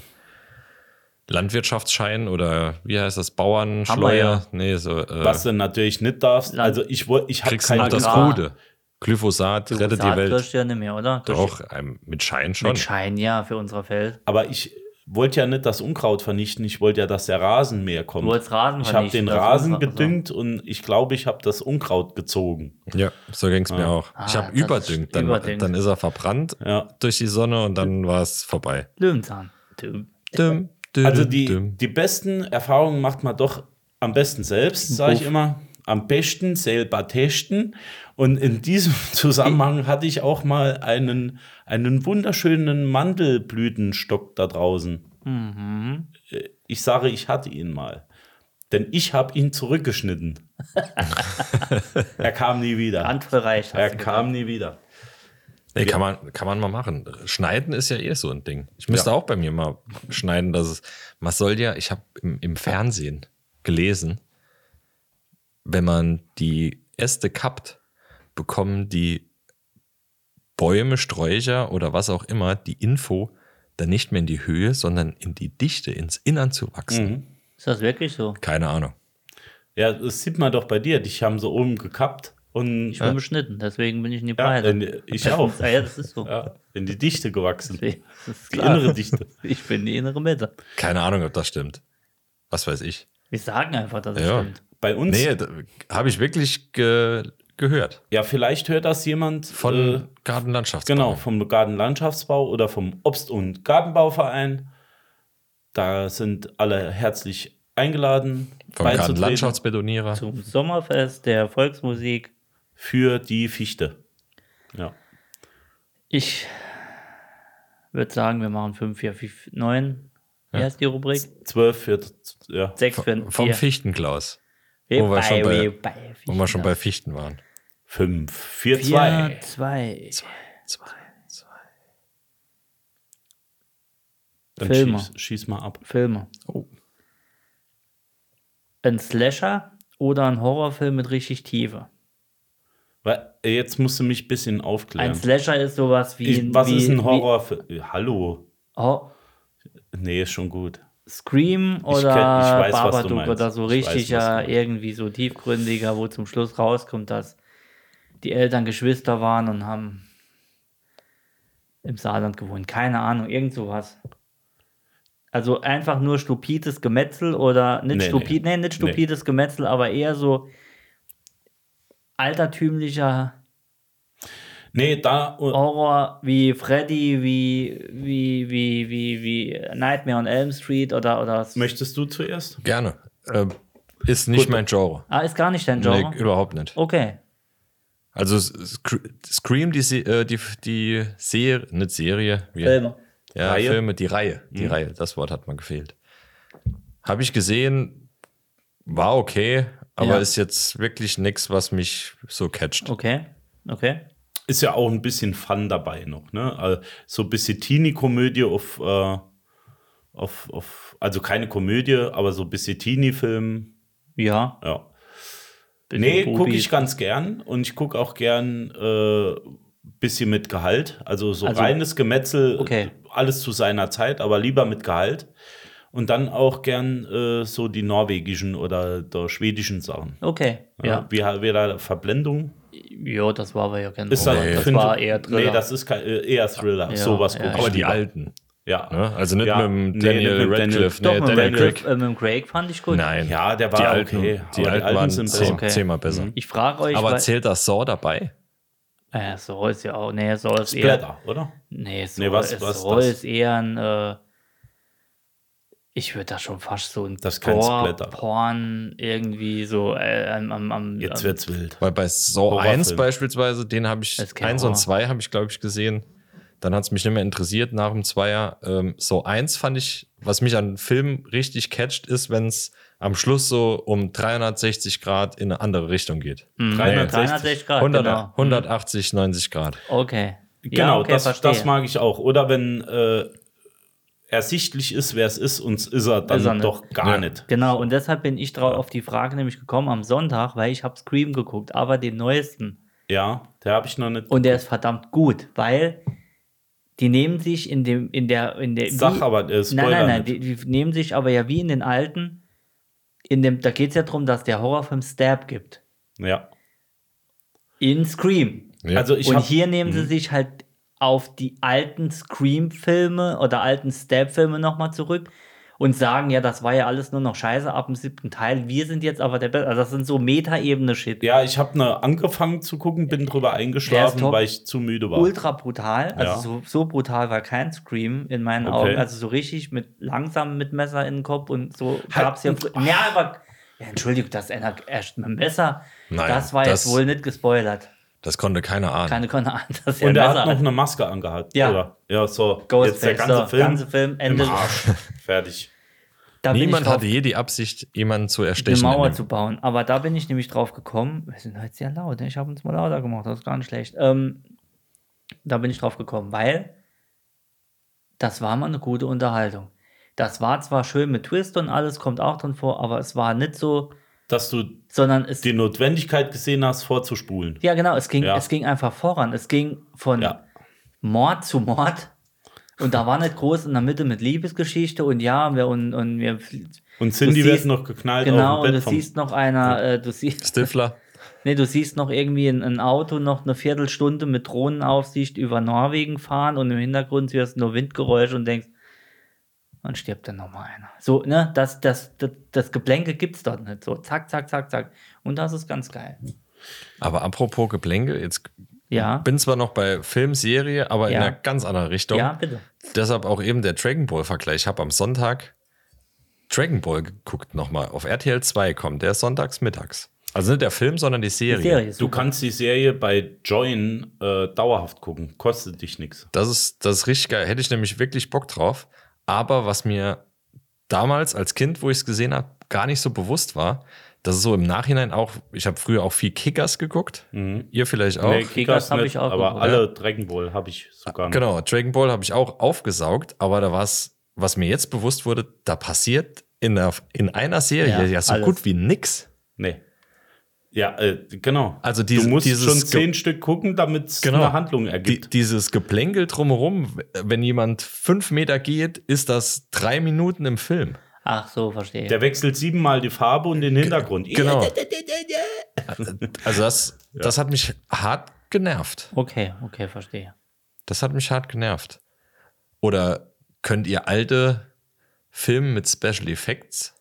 Speaker 5: Landwirtschaftsschein oder wie heißt das? Bauernschleuer.
Speaker 4: Hammer, ja.
Speaker 5: Nee, so. Äh,
Speaker 6: Was du natürlich nicht darfst.
Speaker 4: Land-
Speaker 6: Also, ich, woll- ich habe
Speaker 5: kriegst du noch
Speaker 6: keine
Speaker 5: das
Speaker 4: Agrar.
Speaker 5: Gute. Glyphosat, rettet die
Speaker 4: Saat
Speaker 5: Welt.
Speaker 4: kriegst du ja nicht mehr, oder? Kriegst
Speaker 5: Doch, ähm, mit Schein
Speaker 4: du
Speaker 5: schon.
Speaker 4: Mit Schein, ja, für unser Feld.
Speaker 6: Aber ich wollte ja nicht das Unkraut vernichten, ich wollte ja, dass der Rasen mehr kommt.
Speaker 4: Du wolltest Rasen
Speaker 6: ich habe
Speaker 4: vernichten,
Speaker 6: den
Speaker 4: das
Speaker 6: Rasen
Speaker 4: Unkraut- also.
Speaker 6: gedüngt und ich glaube, ich habe das Unkraut gezogen.
Speaker 5: Ja, so ging es mir auch. ich
Speaker 4: Ah. das
Speaker 5: habe
Speaker 4: ist
Speaker 5: überdüngt. Dann,
Speaker 4: überdüngt.
Speaker 5: dann ist er verbrannt
Speaker 6: Ja.
Speaker 5: durch die Sonne und dann war es vorbei.
Speaker 4: Löwenzahn. Düm.
Speaker 5: Düm, düm,
Speaker 6: Also die,
Speaker 5: düm.
Speaker 6: die besten Erfahrungen macht man doch am besten selbst, sage ich
Speaker 4: Buff.
Speaker 6: immer. Am besten selber testen. Und in diesem *laughs* Zusammenhang hatte ich auch mal einen, einen wunderschönen Mandelblütenstock da draußen. Äh, Ich sage, ich hatte ihn mal. Denn ich habe ihn zurückgeschnitten. er kam nie wieder.
Speaker 4: Handverreicht.
Speaker 6: Er kam nie wieder.
Speaker 5: Nee, kann man, kann man mal machen. Schneiden ist ja eh so ein Ding. Ich müsste auch bei mir mal schneiden, dass es. Man soll ja, ich habe im, im Fernsehen gelesen, wenn man die Äste kappt, bekommen die Bäume, Sträucher oder was auch immer die Info dann nicht mehr in die Höhe, sondern in die Dichte, ins Innern zu wachsen.
Speaker 6: Mhm.
Speaker 4: Ist das wirklich so?
Speaker 5: Keine Ahnung.
Speaker 6: Ja, das sieht man doch bei dir. Dich haben sie oben gekappt und äh,
Speaker 4: Ich bin beschnitten, deswegen bin ich in die
Speaker 6: ja,
Speaker 4: Breite.
Speaker 6: in-
Speaker 4: *laughs*
Speaker 6: ich auch.
Speaker 4: Ah, ja, das ist so.
Speaker 6: Ja, in die Dichte gewachsen.
Speaker 4: Das ist
Speaker 6: Die
Speaker 4: klar.
Speaker 6: innere Dichte.
Speaker 4: Ich bin die innere Mitte.
Speaker 5: Keine Ahnung, ob das stimmt. Was weiß ich.
Speaker 4: Wir sagen einfach, dass es
Speaker 5: Ja.
Speaker 4: stimmt.
Speaker 6: Bei uns,
Speaker 5: Nee, habe ich wirklich ge gehört.
Speaker 6: ja, vielleicht hört das jemand
Speaker 5: Von
Speaker 6: äh,
Speaker 5: Gartenlandschaftsbau.
Speaker 6: genau, vom Gartenlandschaftsbau oder vom Obst- und Gartenbauverein. Da sind alle herzlich eingeladen,
Speaker 5: Vom
Speaker 6: beizutreten
Speaker 5: Gartenlandschaftsbetonierer.
Speaker 4: Zum Sommerfest der Volksmusik.
Speaker 6: für die Fichte. Ja.
Speaker 4: Ich würde sagen, wir machen 5, 4, 5, 9. Wie heißt die Rubrik?
Speaker 6: Zwölf für, ja.
Speaker 4: 6 für ein
Speaker 5: Vom
Speaker 4: Bier.
Speaker 5: Fichtenklaus.
Speaker 4: Wir
Speaker 5: wo wir schon bei-
Speaker 4: bei, bei
Speaker 5: Wo wir schon bei Fichten waren.
Speaker 6: Fünf, vier,
Speaker 4: 2.
Speaker 6: zwei.
Speaker 4: 2.
Speaker 5: Zwei, zwei.
Speaker 6: Dann
Speaker 4: Filme.
Speaker 6: schieß, schieß mal ab.
Speaker 4: Filme.
Speaker 5: Oh.
Speaker 4: Ein Slasher oder ein Horrorfilm mit richtig Tiefe.
Speaker 6: Weil, äh, Jetzt musst du mich ein bisschen
Speaker 4: Ein
Speaker 6: aufklären.
Speaker 4: Slasher ist sowas wie.
Speaker 6: Ich, was
Speaker 4: wie,
Speaker 6: ist ein
Speaker 4: wie-
Speaker 6: Horror? Hallo.
Speaker 4: Ho-
Speaker 6: Nee, ist schon gut.
Speaker 4: Scream oder
Speaker 6: kenn- ich weiß, was du
Speaker 4: Babadook
Speaker 6: meinst.
Speaker 4: oder so
Speaker 6: Ich weiß, was
Speaker 4: richtiger,
Speaker 6: du
Speaker 4: irgendwie so tiefgründiger, wo zum Schluss rauskommt, dass die Eltern Geschwister waren und haben im Saarland gewohnt. Keine Ahnung, irgend sowas. Also einfach nur stupides Gemetzel oder nicht
Speaker 6: Nee,
Speaker 4: stupid, nee,
Speaker 6: nee.
Speaker 4: nicht stupides Gemetzel, aber eher so altertümlicher
Speaker 6: Nee, da.
Speaker 4: Horror wie Freddy, wie, wie, wie, wie, wie Nightmare on Elm Street oder, oder
Speaker 6: Möchtest du zuerst?
Speaker 5: Gerne. Ähm, ist nicht mein Genre.
Speaker 4: Ah, ist gar nicht dein Genre. Oh.
Speaker 5: Nee, überhaupt nicht.
Speaker 4: Okay.
Speaker 5: Also S- Sc- Scream, die, Se äh, die, die Serie, nicht Serie. Wie,
Speaker 4: Filme.
Speaker 5: Ja,
Speaker 6: Reihe.
Speaker 5: Filme, die Reihe. Die Reihe, das Wort hat man gefehlt. Habe ich gesehen, war okay, aber
Speaker 4: Ja.
Speaker 5: ist jetzt wirklich nichts, was mich so catcht.
Speaker 4: Okay. Okay.
Speaker 6: Ist ja auch ein bisschen Fun dabei noch, ne? Also, so ein bisschen Teenie-Komödie auf, äh, auf, auf. Also keine Komödie, aber so ein bisschen Teenie-Film.
Speaker 4: Ja.
Speaker 6: Ja.
Speaker 4: bisschen
Speaker 6: Nee, gucke
Speaker 4: Boobies.
Speaker 6: ich ganz gern und ich gucke auch gern äh, bisschen mit Gehalt. Also so
Speaker 4: Also-
Speaker 6: reines Gemetzel,
Speaker 4: Okay.
Speaker 6: alles zu seiner Zeit, aber lieber mit Gehalt. Und dann auch gern äh, so die norwegischen oder der schwedischen Sachen.
Speaker 4: Okay. Ja.
Speaker 6: Wie haben wir da Verblendung?
Speaker 4: Jo, das war aber ja ganz
Speaker 5: Oh,
Speaker 6: Ist
Speaker 4: normal.
Speaker 6: dann,
Speaker 4: Das
Speaker 6: find-
Speaker 4: war eher Thriller.
Speaker 6: Nee, das ist kein, äh, eher Thriller.
Speaker 4: Ja,
Speaker 6: Sowas
Speaker 4: ja,
Speaker 6: gucke ich.
Speaker 5: Aber die
Speaker 6: lieber.
Speaker 5: alten.
Speaker 6: Ja.
Speaker 5: Ne? Also nicht
Speaker 6: Ja.
Speaker 5: mit dem
Speaker 6: Nee, nicht
Speaker 5: Daniel
Speaker 6: mit Daniel-
Speaker 5: Radcliffe.
Speaker 4: Doch,
Speaker 5: nee,
Speaker 4: mit,
Speaker 5: Daniel
Speaker 4: dem Craig,
Speaker 5: Craig.
Speaker 4: äh, mit dem Craig fand ich gut.
Speaker 5: Nein.
Speaker 6: Ja, der war
Speaker 5: die alten,
Speaker 6: okay, aber
Speaker 5: Die
Speaker 6: die
Speaker 5: alten,
Speaker 6: alten
Speaker 5: waren
Speaker 6: sind
Speaker 5: zehn,
Speaker 4: Okay.
Speaker 5: zehnmal besser.
Speaker 4: Mhm. Ich frage euch,
Speaker 5: Aber
Speaker 4: weil-
Speaker 5: zählt das Saw dabei?
Speaker 4: äh, so ist ja auch. Nee, so ist eher.
Speaker 6: Blätter, oder?
Speaker 4: Nee, so,
Speaker 6: Nee, was-
Speaker 4: ist,
Speaker 6: was
Speaker 4: so
Speaker 6: das?
Speaker 4: ist eher ein. Äh, ich würde da schon fast so ein
Speaker 6: Das ist kein
Speaker 4: Gore-
Speaker 6: Splatter.
Speaker 4: Porn irgendwie so äh, am, am, am
Speaker 6: Jetzt
Speaker 4: am,
Speaker 6: wird's wild.
Speaker 5: Weil bei Saw
Speaker 6: Horrorfilm.
Speaker 5: 1 beispielsweise, den habe ich,
Speaker 4: Das ist kein
Speaker 5: 1 und
Speaker 4: Horror.
Speaker 5: 2 habe ich, glaube ich, gesehen. Dann hat es mich nicht mehr interessiert nach dem Zweier. Ähm, Saw 1 fand ich, was mich an Filmen richtig catcht, ist, wenn es am Schluss so um 360 Grad in eine andere Richtung geht.
Speaker 4: Mhm. 360 Grad.
Speaker 5: 100,
Speaker 4: genau.
Speaker 5: 180, 90 Grad.
Speaker 4: Okay.
Speaker 6: Genau,
Speaker 4: ja, okay,
Speaker 6: das,
Speaker 4: verstehe.
Speaker 6: das mag ich auch. Oder wenn äh, ersichtlich ist, wer es ist, und es ist er dann
Speaker 4: Ist er nicht.
Speaker 6: doch gar
Speaker 5: Ja.
Speaker 6: nicht.
Speaker 4: Genau, und deshalb bin ich drauf auf die Frage nämlich gekommen am Sonntag, weil ich habe Scream geguckt, aber den neuesten.
Speaker 6: Ja, der habe ich noch nicht.
Speaker 4: Und der ist verdammt gut, weil die nehmen sich in dem, in der, in der.
Speaker 6: Sag aber, äh,
Speaker 4: nein,
Speaker 6: Spoiler
Speaker 4: nein, nein, die,
Speaker 6: nicht.
Speaker 4: die nehmen sich aber ja wie in den alten, in dem, da geht es ja darum, dass der Horrorfilm Stab gibt.
Speaker 6: ja.
Speaker 4: In Scream.
Speaker 5: Ja.
Speaker 6: Also ich
Speaker 4: und
Speaker 6: hab,
Speaker 4: hier nehmen sie sich halt auf die alten Scream-Filme oder alten Stab-Filme nochmal zurück und sagen, ja, das war ja alles nur noch Scheiße ab dem siebten Teil. Wir sind jetzt aber der Beste. Also das sind so Meta-Ebene-Shit.
Speaker 6: ja, ich habe ne angefangen zu gucken, bin drüber eingeschlafen,
Speaker 4: top.
Speaker 6: weil ich zu müde war.
Speaker 4: Ultra brutal. Also
Speaker 6: Ja.
Speaker 4: so, so brutal war kein Scream in meinen
Speaker 6: Okay.
Speaker 4: Augen. Also so richtig mit langsam mit Messer in den Kopf und so
Speaker 6: Hat-
Speaker 4: gab es ja. fr- Ja, aber. Ja, Entschuldigung, das einer erst mit dem Messer.
Speaker 5: Nein,
Speaker 4: das war
Speaker 5: das-
Speaker 4: jetzt wohl nicht gespoilert.
Speaker 5: Das konnte keiner ahnen.
Speaker 4: Keine *laughs* Konne an, dass er
Speaker 6: und
Speaker 4: ein
Speaker 6: er
Speaker 4: Messer
Speaker 6: hat noch
Speaker 4: hat.
Speaker 6: eine Maske angehabt.
Speaker 4: Ja.
Speaker 6: Oder? Ja, so. Jetzt
Speaker 4: Ghostface,
Speaker 6: der ganze
Speaker 4: so,
Speaker 6: Film.
Speaker 4: ganze Film, Ende.
Speaker 6: Im Arsch.
Speaker 4: *laughs*
Speaker 6: Fertig.
Speaker 4: Da bin ich
Speaker 5: Niemand
Speaker 4: drauf
Speaker 5: hatte je die Absicht, jemanden zu
Speaker 4: eine
Speaker 5: erstechen.
Speaker 4: Mauer
Speaker 5: in dem-
Speaker 4: zu bauen. Aber da bin ich nämlich drauf gekommen. Wir sind heute sehr laut. ne? Ich habe uns mal lauter gemacht. Das ist gar nicht schlecht. Ähm, da bin ich drauf gekommen, weil das war mal eine gute Unterhaltung. Das war zwar schön mit Twist und alles, kommt auch drin vor, aber es war nicht so,
Speaker 6: Dass du
Speaker 4: sondern es.
Speaker 6: die Notwendigkeit gesehen hast, vorzuspulen.
Speaker 4: ja, genau, es ging,
Speaker 6: Ja.
Speaker 4: es ging einfach voran. Es ging von
Speaker 6: Ja.
Speaker 4: Mord zu Mord. Und da war nicht groß in der Mitte mit Liebesgeschichte und ja, wir und, und wir.
Speaker 6: Und Cindy
Speaker 4: Du
Speaker 6: wird
Speaker 4: siehst-
Speaker 6: noch geknallt
Speaker 4: Genau,
Speaker 6: auf
Speaker 4: und
Speaker 6: dem Bett
Speaker 4: du
Speaker 6: vom
Speaker 4: siehst noch einer, äh, du siehst.
Speaker 5: Stifler.
Speaker 4: Nee, du siehst noch irgendwie ein, ein Auto noch eine Viertelstunde mit Drohnenaufsicht über Norwegen fahren und im Hintergrund hörst du nur Windgeräusche und denkst, dann stirbt dann nochmal einer. So, ne, das, das, das, das Geplänke gibt's dort nicht. So, zack, zack, zack, zack. Und das ist ganz geil.
Speaker 5: Aber apropos Geplänkel, jetzt
Speaker 4: Ja.
Speaker 5: bin zwar noch bei Filmserie, aber in
Speaker 4: Ja.
Speaker 5: einer ganz anderen Richtung.
Speaker 4: Ja, bitte.
Speaker 5: Deshalb auch eben der Dragon Ball Vergleich. Ich habe am Sonntag Dragon Ball geguckt nochmal. Auf RTL 2 kommt der ist sonntags mittags. Also nicht der Film, sondern die Serie.
Speaker 4: Die Serie ist
Speaker 6: Du
Speaker 4: super.
Speaker 6: kannst die Serie bei Join äh, dauerhaft gucken. Kostet dich nichts.
Speaker 5: Das ist, das ist richtig geil. Hätte ich nämlich wirklich Bock drauf. Aber was mir damals als Kind, wo ich es gesehen habe, gar nicht so bewusst war, dass es so im Nachhinein auch, ich habe früher auch viel Kickers geguckt. Ihr vielleicht auch.
Speaker 4: Kickers hab
Speaker 6: nicht,
Speaker 4: ich auch
Speaker 6: aber
Speaker 4: geguckt.
Speaker 6: alle Dragon Ball habe ich sogar. noch.
Speaker 5: Genau, Dragon Ball habe ich auch aufgesaugt, aber da war es, was mir jetzt bewusst wurde, da passiert in, der, in einer Serie ja,
Speaker 4: Ja,
Speaker 5: so
Speaker 4: alles.
Speaker 5: gut wie nix.
Speaker 6: Nee. Ja, äh, genau.
Speaker 5: Also diese-
Speaker 6: du musst
Speaker 5: dieses
Speaker 6: schon
Speaker 5: Ge-
Speaker 6: zehn Stück gucken, damit es
Speaker 5: Genau.
Speaker 6: eine Handlung ergibt.
Speaker 5: Die, dieses Geplänkel drumherum, wenn jemand fünf Meter geht, ist das drei Minuten im Film.
Speaker 4: Ach so, verstehe.
Speaker 6: Der wechselt siebenmal die Farbe und den Hintergrund.
Speaker 5: Genau. Also
Speaker 4: *laughs*
Speaker 5: das, das hat mich hart genervt.
Speaker 4: okay, okay, verstehe.
Speaker 5: Das hat mich hart genervt. Oder könnt ihr alte Filme mit Special Effects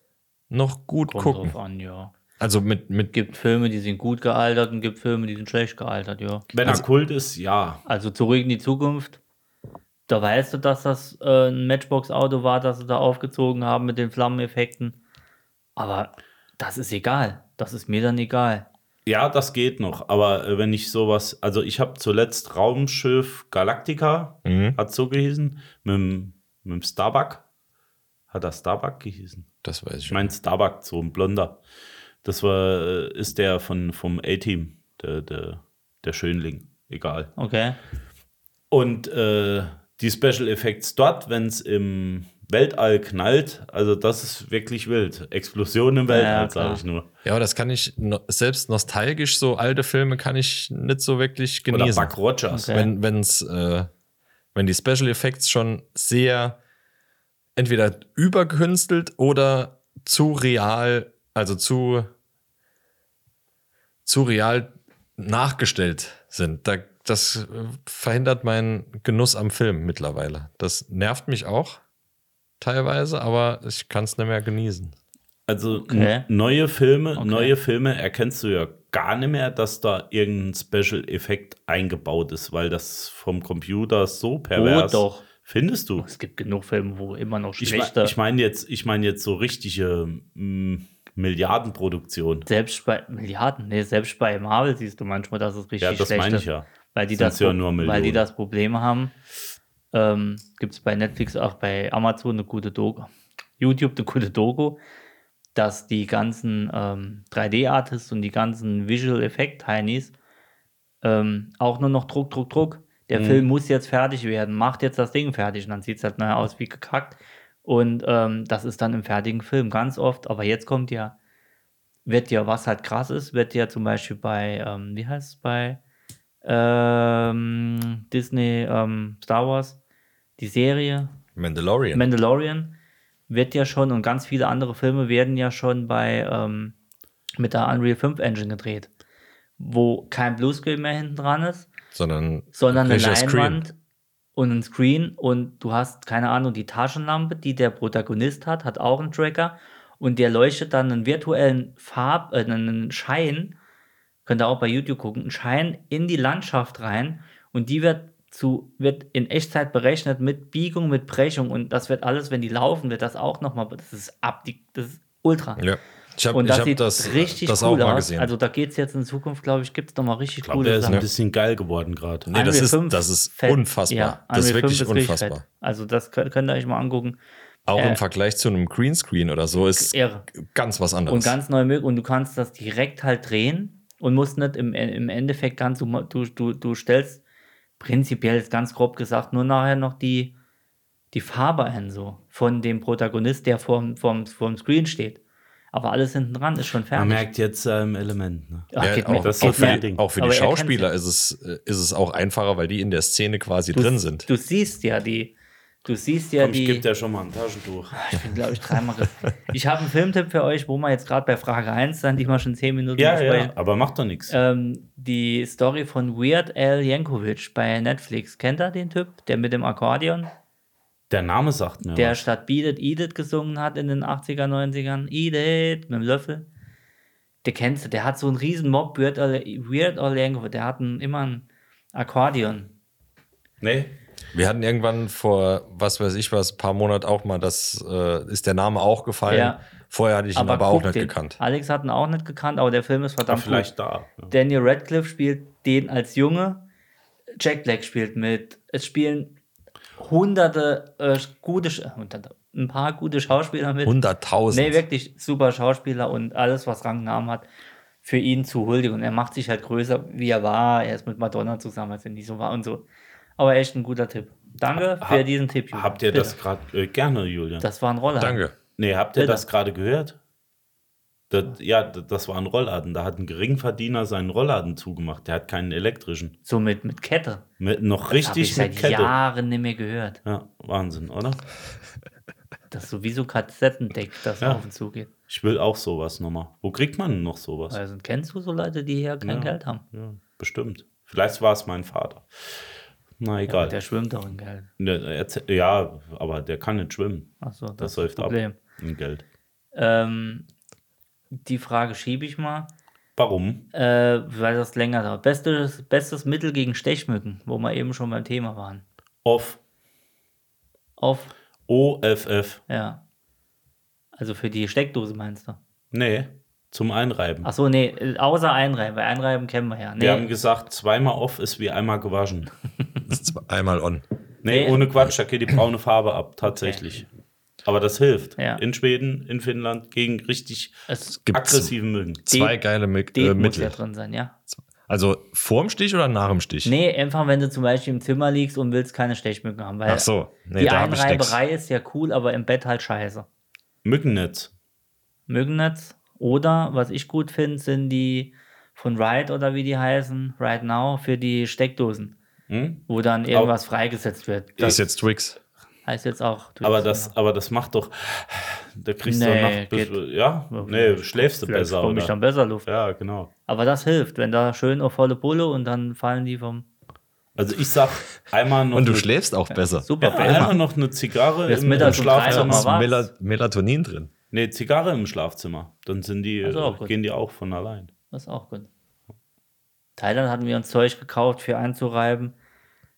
Speaker 5: noch gut
Speaker 4: Kommt
Speaker 5: gucken?
Speaker 4: drauf an, ja.
Speaker 5: Also mit, mit
Speaker 4: Gibt Filme, die sind gut gealtert und gibt Filme, die sind schlecht gealtert, ja.
Speaker 6: Wenn
Speaker 5: Also
Speaker 6: er Kult ist, ja.
Speaker 4: Also zurück in die Zukunft. Da weißt du, dass das äh, ein Matchbox-Auto war, das sie da aufgezogen haben mit den Flammeneffekten. Aber das ist egal. Das ist mir dann egal.
Speaker 6: Ja, das geht noch. Aber äh, wenn ich sowas, also ich habe zuletzt Raumschiff Galactica,
Speaker 4: Mhm.
Speaker 6: hat so gehießen, mit, dem- mit dem Starbuck. Hat er Starbuck gehießen?
Speaker 5: das weiß ich.
Speaker 6: Ich meine Starbuck, so ein Blonder. Das war, äh, ist der von, vom A-Team, der, der, der Schönling. Egal.
Speaker 4: Okay.
Speaker 6: Und äh, die Special Effects dort, wenn es im Weltall knallt, also das ist wirklich wild. Explosionen im Weltall,
Speaker 4: Ja, klar.
Speaker 6: sage ich nur.
Speaker 5: Ja, aber das kann ich no, selbst nostalgisch so alte Filme kann ich nicht so wirklich
Speaker 6: Oder
Speaker 5: genießen.
Speaker 6: Buck Rogers.
Speaker 4: Okay.
Speaker 5: Wenn wenn's äh, wenn die Special Effects schon sehr entweder übergekünstelt oder zu real, also zu zu real nachgestellt sind. Da, das äh, verhindert meinen Genuss am Film mittlerweile. Das nervt mich auch teilweise, aber ich kann es nicht mehr genießen.
Speaker 6: Also
Speaker 4: Okay.
Speaker 6: n- neue Filme, neue Filme erkennst du ja gar nicht mehr, dass da irgendein Special Effekt eingebaut ist, weil das vom Computer so pervers.
Speaker 4: Oh, doch.
Speaker 6: Findest du?
Speaker 4: Es gibt genug Filme, wo immer noch
Speaker 6: Ich, mein-
Speaker 4: schlechter.
Speaker 6: ich meine jetzt, ich meine jetzt so richtige mm, Milliardenproduktion.
Speaker 4: selbst bei Milliarden, nee, selbst bei Marvel siehst du manchmal, dass es richtig
Speaker 6: Ja, das
Speaker 4: schlecht
Speaker 6: meine
Speaker 4: ist.
Speaker 6: ich ja.
Speaker 4: Weil die,
Speaker 6: Sonst
Speaker 4: das,
Speaker 6: ja
Speaker 4: Pro-
Speaker 6: nur
Speaker 4: weil die
Speaker 6: Millionen.
Speaker 4: das Problem haben, ähm, gibt es bei Netflix, auch bei Amazon eine gute Doku, YouTube eine gute Doku, dass die ganzen ähm, 3D-Artists und die ganzen Visual Effect-Tinies ähm, auch nur noch Druck, Druck, Druck.
Speaker 6: Mhm.
Speaker 4: Der Film muss jetzt fertig werden, macht jetzt das Ding fertig und dann sieht es halt naja aus wie gekackt. Und ähm, das ist dann im fertigen Film ganz oft. Aber jetzt kommt ja, wird ja, was halt krass ist, wird ja zum Beispiel bei, ähm, wie heißt es, bei ähm, Disney ähm, Star Wars, die Serie
Speaker 5: Mandalorian.
Speaker 4: Mandalorian wird ja schon und ganz viele andere Filme werden ja schon bei ähm, mit der Unreal 5 Engine gedreht, wo kein Bluescreen mehr hinten dran ist,
Speaker 5: sondern
Speaker 4: sondern eine
Speaker 5: richtiger Screen.
Speaker 4: Leinwand und ein Screen und du hast keine Ahnung, die Taschenlampe, die der Protagonist hat, hat auch einen Tracker und der leuchtet dann einen virtuellen Farb, äh, einen Schein, könnt ihr auch bei YouTube gucken, einen Schein in die Landschaft rein und die wird zu wird in Echtzeit berechnet mit Biegung, mit Brechung und das wird alles, wenn die laufen, wird das auch nochmal, das ist ab, die, das ist ultra.
Speaker 5: Ja. Ich habe
Speaker 4: Und das
Speaker 5: hab
Speaker 4: sieht
Speaker 5: das, äh,
Speaker 4: richtig
Speaker 5: das
Speaker 4: cool
Speaker 5: auch mal
Speaker 4: aus.
Speaker 5: gesehen.
Speaker 4: Also da geht es jetzt in Zukunft, glaube ich, gibt es nochmal richtig
Speaker 6: Ich glaube,
Speaker 4: coole
Speaker 5: ne,
Speaker 6: der ist
Speaker 4: Sachen.
Speaker 6: ein bisschen geil geworden gerade. ne?
Speaker 5: Nee, das
Speaker 4: Unreal
Speaker 5: ist,
Speaker 4: 5
Speaker 5: das ist
Speaker 4: fett.
Speaker 5: unfassbar.
Speaker 4: Ja,
Speaker 5: das ist
Speaker 4: Unreal 5
Speaker 5: wirklich
Speaker 4: richtig
Speaker 5: unfassbar.
Speaker 4: fett. Also das könnt, könnt ihr euch mal angucken.
Speaker 5: Auch
Speaker 4: Äh,
Speaker 5: im Vergleich zu einem Greenscreen oder so ist
Speaker 4: Irre.
Speaker 5: ganz was
Speaker 4: Und
Speaker 5: anderes.
Speaker 4: ganz neu möglich. Und du kannst das direkt halt drehen und musst nicht im, im Endeffekt ganz, du, du, du stellst prinzipiell jetzt ganz grob gesagt nur nachher noch die, die Farbe ein, so von dem Protagonist, der vorm, vorm, vorm Screen steht. Aber alles hinten dran ist schon
Speaker 6: Man
Speaker 4: fertig.
Speaker 6: merkt jetzt äh, im Element. Ne?
Speaker 4: Ach,
Speaker 5: ja,
Speaker 4: geht mir-
Speaker 5: auch,
Speaker 6: das
Speaker 5: auch
Speaker 4: geht
Speaker 5: für
Speaker 4: mir-
Speaker 5: die, auch für
Speaker 4: aber
Speaker 5: die
Speaker 4: er kann's
Speaker 5: Schauspieler
Speaker 4: ja.
Speaker 5: ist es, äh, ist es auch einfacher, weil die in der Szene quasi
Speaker 4: Du-
Speaker 5: drin sind.
Speaker 4: Du siehst ja die, du siehst ja
Speaker 6: Komm, ich
Speaker 4: die. Ah,
Speaker 6: gebe dir schon mal ein Taschentuch.
Speaker 4: Ich bin, glaube ich, dreimal. ge-
Speaker 6: *laughs*
Speaker 4: ich habe einen Filmtipp für euch, wo wir jetzt gerade bei Frage 1 sind, die wir schon 10 Minuten
Speaker 6: Ja, ja, aber macht doch nichts.
Speaker 4: Ähm, die Story von Weird Al Yankovic bei Netflix. Kennt ihr den Typ, der mit dem Akkordeon,
Speaker 6: Der Name sagt mir
Speaker 4: der
Speaker 6: was.
Speaker 4: statt Beat It, Eat It gesungen hat in den 80er, 90ern? Eat It mit dem Löffel. Der kennst du, der hat so einen riesen Mob, Weird Al, Weird Al Yankovic. Der hat einen, immer ein Akkordeon.
Speaker 6: Nee,
Speaker 5: Wir hatten irgendwann vor, was weiß ich was, paar Monaten auch mal, das äh, ist der Name auch gefallen.
Speaker 4: Ja.
Speaker 5: Vorher hatte ich ihn aber, auch
Speaker 4: guck
Speaker 5: nicht
Speaker 4: den.
Speaker 5: gekannt.
Speaker 4: Alex hat ihn auch nicht gekannt, aber der Film ist
Speaker 6: ah,
Speaker 4: verdammt gut.
Speaker 6: vielleicht da. Ja.
Speaker 4: Daniel Radcliffe spielt den als Junge. Jack Black spielt mit. Es spielen hunderte äh, gute, Sch- hunderte, ein paar gute Schauspieler mit. Nee,
Speaker 5: 100.000.
Speaker 4: wirklich super Schauspieler und alles, was Rang und Namen hat, für ihn zu huldigen. Und er macht sich halt größer, wie er war. Er ist mit Madonna zusammen, als er nicht so war und so. Aber echt ein guter Tipp. Danke für
Speaker 6: Hab-
Speaker 4: diesen Tipp. Julian.
Speaker 6: Habt ihr
Speaker 4: Bitte.
Speaker 6: das gerade äh, gerne, Julian?
Speaker 4: Das war ein Roller.
Speaker 5: Danke.
Speaker 6: nee, habt ihr
Speaker 4: Bitte.
Speaker 6: das gerade gehört? Das, ja, das das war ein Rollladen. Da hat ein Geringverdiener seinen Rollladen zugemacht. Der hat keinen elektrischen.
Speaker 4: So mit, mit Kette.
Speaker 6: Mit, noch
Speaker 4: Das habe ich
Speaker 6: richtig mit
Speaker 4: seit
Speaker 6: Kette.
Speaker 4: Jahren nicht mehr gehört.
Speaker 6: Ja, Wahnsinn, oder?
Speaker 4: Das ist sowieso Kassettendeck, das
Speaker 6: Ja.
Speaker 4: auf und zu geht.
Speaker 6: Ich will auch sowas nochmal. Wo kriegt man denn noch sowas?
Speaker 4: Also kennst du so Leute, die hier kein
Speaker 6: Ja.
Speaker 4: Geld haben?
Speaker 6: Ja, bestimmt. Vielleicht war es mein Vater. Na egal.
Speaker 4: Der schwimmt doch in Geld.
Speaker 6: Ne, erzähl- ja, aber der kann nicht schwimmen.
Speaker 4: Achso,
Speaker 6: Das läuft ab.
Speaker 4: Problem.
Speaker 6: Im Geld.
Speaker 4: Ähm, die Frage schiebe ich mal,
Speaker 6: Warum?
Speaker 4: äh, weil das länger dauert. Bestes, bestes Mittel gegen Stechmücken, wo wir eben schon beim Thema waren.
Speaker 6: Off.
Speaker 4: Auf,
Speaker 6: OFF.
Speaker 4: ja. Also für die Steckdose meinst du?
Speaker 6: Nee, zum Einreiben.
Speaker 4: Achso, nee, äh, außer Einreiben. Weil Einreiben kennen wir ja. Nee,
Speaker 6: Wir haben gesagt, zweimal off ist wie einmal gewaschen.
Speaker 5: Das ist einmal on.
Speaker 6: Nee,
Speaker 4: Nee.
Speaker 6: ohne Quatsch, da geht die braune Farbe ab, tatsächlich. Aber das hilft.
Speaker 4: Ja.
Speaker 6: In Schweden, in Finnland, gegen richtig
Speaker 4: es
Speaker 5: Gibt's
Speaker 6: aggressiven Mücken.
Speaker 5: zwei
Speaker 4: Det-
Speaker 5: geile Mi
Speaker 4: Det
Speaker 5: äh,
Speaker 4: muss ja
Speaker 5: Mittel.
Speaker 4: drin sein, ja.
Speaker 5: Also vorm Stich oder nach dem Stich?
Speaker 4: Nee, einfach wenn du zum Beispiel im Zimmer liegst und willst keine Stechmücken haben. Weil
Speaker 5: Ach so, nee,
Speaker 4: die
Speaker 5: da hab ich nix.
Speaker 4: Einreiberei ist ja cool, aber im Bett halt scheiße.
Speaker 6: Mückennetz.
Speaker 4: Mückennetz. Oder, was ich gut finde, sind die von Ride oder wie die heißen, Right Now, für die Steckdosen,
Speaker 6: Hm?
Speaker 4: wo dann irgendwas freigesetzt wird.
Speaker 5: Das ist jetzt Twix.
Speaker 4: Heißt jetzt auch. du-
Speaker 6: Aber das, aber das macht doch. Da kriegst
Speaker 4: Nee,
Speaker 6: du
Speaker 4: geht.
Speaker 6: nach. Ja? Nee, schläfst du
Speaker 4: Vielleicht
Speaker 6: besser,
Speaker 4: komme ich
Speaker 6: oder?
Speaker 4: dann besser Luft.
Speaker 6: Ja, genau.
Speaker 4: Aber das hilft, wenn da schön auf volle Pulle und dann fallen die vom.
Speaker 6: Also ich sag einmal noch.
Speaker 5: Und du
Speaker 6: eine-
Speaker 5: schläfst auch besser.
Speaker 4: Super,
Speaker 6: Ja, einmal
Speaker 4: Bällmann.
Speaker 6: noch eine Zigarre
Speaker 4: Jetzt
Speaker 6: im, im
Speaker 4: mittags um drei noch
Speaker 5: Da
Speaker 4: mal
Speaker 5: ist
Speaker 6: Schlafzimmer.
Speaker 4: was.
Speaker 5: Mela Melatonin drin.
Speaker 6: Nee, Zigarre im Schlafzimmer. Dann sind die,
Speaker 4: Also auch
Speaker 6: äh,
Speaker 4: gut.
Speaker 6: gehen die auch von allein.
Speaker 4: Das ist auch gut. Thailand hatten wir uns Zeug gekauft für einzureiben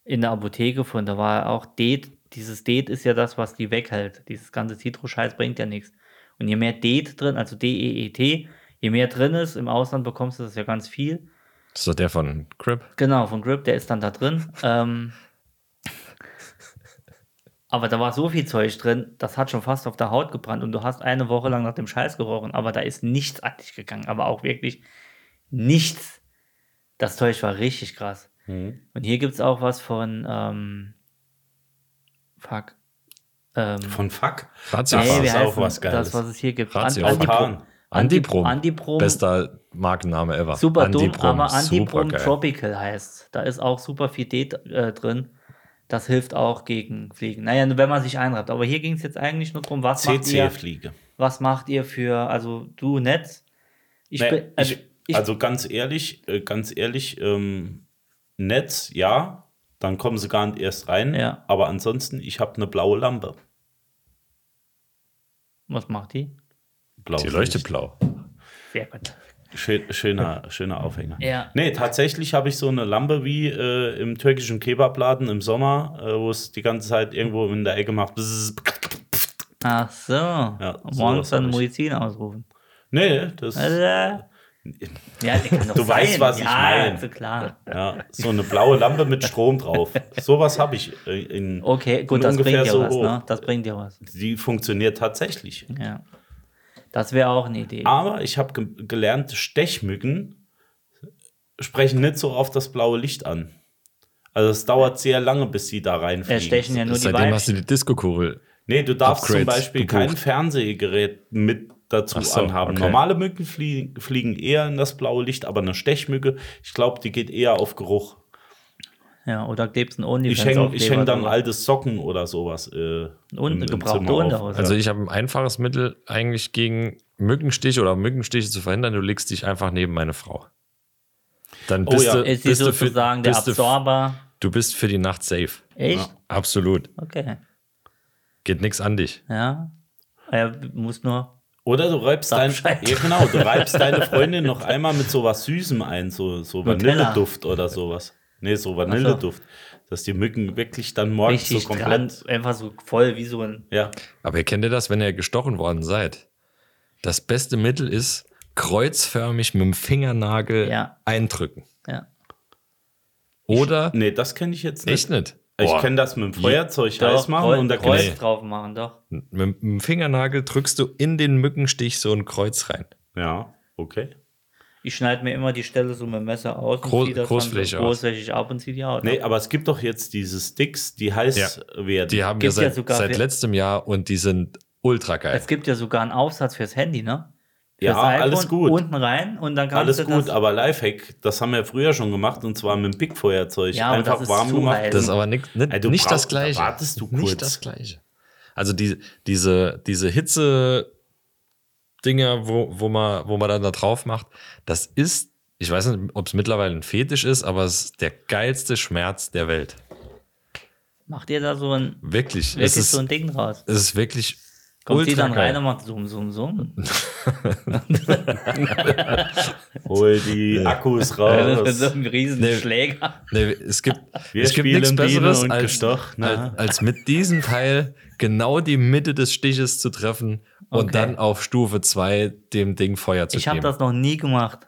Speaker 4: in der Apotheke von. Da war auch Det. Dieses Det ist ja das, was die weghält. Dieses ganze Zitrus-Scheiß bringt ja nichts. Und je mehr Det drin, also D-E-E-T, je mehr drin ist, im Ausland bekommst du das ja ganz viel.
Speaker 5: Das ist doch der von Crip.
Speaker 4: Genau, von Grip, der ist dann da drin. ähm, aber da war so viel Zeug drin, das hat schon fast auf der Haut gebrannt und du hast eine Woche lang nach dem Scheiß gerochen, aber da ist nichts an dich gegangen, aber auch wirklich nichts. Das Zeug war richtig krass.
Speaker 6: Mhm.
Speaker 4: Und hier gibt es auch was von, ähm, fuck, ähm,
Speaker 6: Von Fuck?
Speaker 5: Razzia
Speaker 6: Nee,
Speaker 5: Bar.
Speaker 6: wir-
Speaker 4: wie
Speaker 6: ist auch
Speaker 4: heißt
Speaker 6: was
Speaker 4: denn
Speaker 6: Geiles.
Speaker 4: das, was es hier gibt.
Speaker 5: Ratio.
Speaker 6: Orkan.
Speaker 5: Antiprom.
Speaker 4: Antiprom.
Speaker 5: Bester Markenname ever.
Speaker 4: Super dumm, aber
Speaker 5: super
Speaker 4: Antiprom
Speaker 5: geil.
Speaker 4: Tropical heißt. Da ist auch super viel D äh, drin. Das hilft auch gegen Fliegen. Naja, nur wenn man sich einreibt. Aber hier ging es jetzt eigentlich nur darum, was macht, ihr,
Speaker 6: CC-Fliege.
Speaker 4: was macht ihr für, also du Netz? Ich
Speaker 6: Nee,
Speaker 4: bin, also,
Speaker 6: ich,
Speaker 4: ich,
Speaker 6: also ganz ehrlich, äh, ganz ehrlich, ähm, Netz, ja, dann kommen sie gar nicht erst rein.
Speaker 4: Ja.
Speaker 6: Aber ansonsten, ich habe eine blaue Lampe.
Speaker 4: was macht die?
Speaker 6: Blau
Speaker 5: Die leuchtet blau.
Speaker 4: Sehr gut.
Speaker 6: Schön, schöner, schöner Aufhänger.
Speaker 4: Ja.
Speaker 6: Nee, tatsächlich habe ich so eine Lampe wie äh, im türkischen Kebabladen im Sommer, äh, wo es die ganze Zeit irgendwo in der Ecke macht. Bzzz.
Speaker 4: Ach so. Und morgens
Speaker 6: sowas hab
Speaker 4: dann
Speaker 6: ich.
Speaker 4: Medizin ausrufen.
Speaker 6: Nee, das
Speaker 4: Also, ja, die kann doch
Speaker 6: Du
Speaker 4: sein.
Speaker 6: weißt, was ich
Speaker 4: ja,
Speaker 6: mein.
Speaker 4: so klar.
Speaker 6: ja, so eine blaue Lampe mit Strom drauf. Sowas habe ich. äh, In,
Speaker 4: Okay,
Speaker 6: in
Speaker 4: gut, das
Speaker 6: ungefähr
Speaker 4: bringt dir
Speaker 6: so
Speaker 4: was,
Speaker 6: hoch.
Speaker 4: ne? Das bringt dir was.
Speaker 6: Die funktioniert tatsächlich.
Speaker 4: Ja. Das wäre auch eine Idee.
Speaker 6: Aber ich habe ge gelernt, Stechmücken sprechen nicht so oft das blaue Licht an. Also es dauert sehr lange, bis sie da
Speaker 4: Wir
Speaker 6: reinfliegen.
Speaker 4: stechen ja nur die
Speaker 5: Seitdem hast du
Speaker 4: Weibchen.
Speaker 5: die Disco-Kugel.
Speaker 6: Nee, du darfst zum
Speaker 5: Upgrades
Speaker 6: Beispiel
Speaker 5: gebucht.
Speaker 6: kein Fernsehgerät mit dazu
Speaker 5: Ach so,
Speaker 6: anhaben.
Speaker 5: okay.
Speaker 6: Normale Mücken fliegen, fliegen eher in das blaue Licht, aber eine Stechmücke, ich glaube, die geht eher auf Geruch.
Speaker 4: Ja, oder klebst einen
Speaker 6: Ich
Speaker 4: Onlyfans
Speaker 6: hänge
Speaker 4: auf
Speaker 6: ich
Speaker 4: Kleber
Speaker 6: häng dann
Speaker 4: drüber.
Speaker 6: altes Socken oder sowas. Äh,
Speaker 4: Und
Speaker 6: im- im
Speaker 4: gebrauchte
Speaker 6: Zimmer auf.
Speaker 4: Unterhose.
Speaker 5: Also ich habe ein einfaches Mittel eigentlich gegen Mückenstiche oder Mückenstiche zu verhindern. Du legst dich einfach neben meine Frau. Dann
Speaker 6: Oh
Speaker 5: bist
Speaker 6: ja.
Speaker 5: du,
Speaker 4: Ist sie
Speaker 5: bist du
Speaker 4: sozusagen der
Speaker 5: bist du-
Speaker 4: Absorber?
Speaker 5: Du bist für die Nacht safe.
Speaker 4: Echt?
Speaker 5: Absolut.
Speaker 4: Okay.
Speaker 5: Geht nichts an dich.
Speaker 4: Ja. Er muss nur.
Speaker 6: Oder du reibst dein, ja,
Speaker 4: Bescheid.
Speaker 6: genau, du reibst
Speaker 4: *laughs*
Speaker 6: deine Freundin noch einmal mit sowas Süßem ein, so, so
Speaker 4: Nutella.
Speaker 6: Vanilleduft oder sowas. Nee, so Vanilleduft. Dass die Mücken wirklich dann morgens so
Speaker 4: Richtig dran,
Speaker 6: komplett.
Speaker 4: einfach so voll wie so ein.
Speaker 6: Ja.
Speaker 5: Aber ihr kennt ihr das, wenn ihr gestochen worden seid? Das beste Mittel ist, kreuzförmig mit dem Fingernagel
Speaker 4: Ja.
Speaker 5: eindrücken.
Speaker 4: Ja.
Speaker 5: Oder
Speaker 6: Nee, das kenne ich jetzt nicht.
Speaker 5: echt nicht.
Speaker 6: Ich
Speaker 5: Boah,
Speaker 6: kenne das mit dem Feuerzeug heiß machen
Speaker 4: Kreuz,
Speaker 6: und da
Speaker 4: Kreuz
Speaker 6: kriegst
Speaker 4: drauf machen, doch.
Speaker 5: Mit mit dem Fingernagel drückst du in den Mückenstich so ein Kreuz rein.
Speaker 6: Ja, okay.
Speaker 4: Ich schneide mir immer die Stelle so mit dem Messer aus.
Speaker 5: Groß-
Speaker 4: und zieh das dann
Speaker 5: großflächig
Speaker 4: so
Speaker 5: aus.
Speaker 4: großflächig ab und ziehe die Haut.
Speaker 6: Nee,
Speaker 4: ab.
Speaker 6: aber es gibt doch jetzt diese Sticks, die heiß
Speaker 5: Ja.
Speaker 6: werden.
Speaker 5: Die haben wir
Speaker 4: Gibt's ja
Speaker 5: seit,
Speaker 4: sogar
Speaker 5: seit
Speaker 4: für-
Speaker 5: letztem Jahr und die sind ultra geil.
Speaker 4: Es gibt ja sogar einen Aufsatz fürs Handy, ne?
Speaker 6: Ja,
Speaker 4: das iPhone
Speaker 6: alles gut.
Speaker 4: unten rein und dann kannst
Speaker 6: Alles
Speaker 4: du
Speaker 6: gut,
Speaker 4: das,
Speaker 6: aber Lifehack, das haben wir früher schon gemacht und zwar mit dem Big-Feuerzeug.
Speaker 4: Ja, aber
Speaker 6: Einfach
Speaker 4: das ist
Speaker 6: warm
Speaker 4: zu
Speaker 6: gemacht.
Speaker 4: heiß.
Speaker 5: Das ist aber nicht, nicht,
Speaker 6: Ey, du
Speaker 5: nicht das
Speaker 6: brauchst- da
Speaker 5: Gleiche.
Speaker 6: wartest du kurz.
Speaker 5: Nicht das Gleiche. Also die, diese, diese Hitze-Dinger, wo, wo, man, wo man dann da drauf macht, das ist, ich weiß nicht, ob es mittlerweile ein Fetisch ist, aber es ist der geilste Schmerz der Welt.
Speaker 4: macht ihr da so ein,
Speaker 5: Wirklich.
Speaker 4: wirklich
Speaker 5: es, ist,
Speaker 4: so ein Ding raus.
Speaker 5: es ist wirklich.
Speaker 4: Kommt
Speaker 5: ultra
Speaker 4: die dann rein
Speaker 5: geil.
Speaker 4: und macht Zoom, Zoom, Zoom.
Speaker 6: Hol die Akkus
Speaker 4: *laughs* das ist so
Speaker 6: raus.
Speaker 4: ein riesen Schläger.
Speaker 5: Nee, ne, es gibt,
Speaker 6: *laughs* Wir
Speaker 5: es gibt
Speaker 6: spielen
Speaker 5: nichts
Speaker 6: Biene
Speaker 5: Besseres,
Speaker 6: und
Speaker 5: als,
Speaker 6: Gestoch, ne?
Speaker 5: als, als mit diesem Teil genau die Mitte des Stiches zu treffen und
Speaker 4: Okay.
Speaker 5: dann auf Stufe 2 dem Ding Feuer zu
Speaker 4: Ich
Speaker 5: geben.
Speaker 4: habe das noch nie gemacht.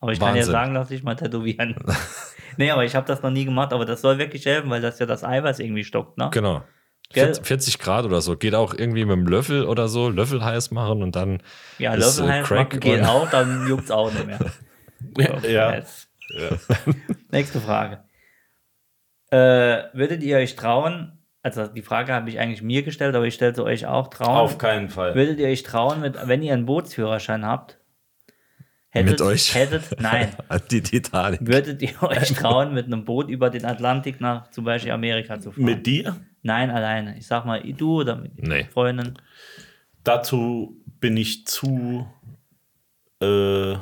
Speaker 4: Aber ich kann ja
Speaker 5: Wahnsinn.
Speaker 4: sagen, lass dich mal tätowieren. *laughs* nee, aber ich habe das noch nie gemacht. Aber das soll wirklich helfen, weil das ja das Eiweiß irgendwie stockt, ne?
Speaker 5: Genau.
Speaker 4: Gell?
Speaker 5: 40 40 Grad oder so. Geht auch irgendwie mit einem Löffel oder so, Löffel heiß machen und dann. *laughs*
Speaker 4: Ja,
Speaker 5: ist,
Speaker 4: Löffel
Speaker 5: äh,
Speaker 4: heiß
Speaker 5: Crack
Speaker 4: machen geht
Speaker 5: und-
Speaker 4: auch, dann juckt's auch nicht
Speaker 5: *laughs*
Speaker 4: mehr.
Speaker 6: Ja.
Speaker 4: Yes. Nächste Frage. Äh, würdet ihr euch trauen, also die Frage habe ich eigentlich mir gestellt, aber ich stelle sie euch auch trauen.
Speaker 6: Auf keinen Fall.
Speaker 4: Würdet ihr euch trauen, mit, wenn ihr einen Bootsführerschein habt?
Speaker 5: Mit euch?
Speaker 4: Hättet,
Speaker 5: *laughs*
Speaker 4: nein.
Speaker 5: halt Die Titanic.
Speaker 4: Würdet ihr euch
Speaker 6: Äh,
Speaker 4: trauen, mit einem Boot über den Atlantik nach zum Beispiel Amerika zu fahren?
Speaker 6: Mit dir?
Speaker 4: nein, alleine. Ich sag mal, du oder mit
Speaker 5: Nee.
Speaker 4: Freundin.
Speaker 6: Dazu bin ich zu, äh,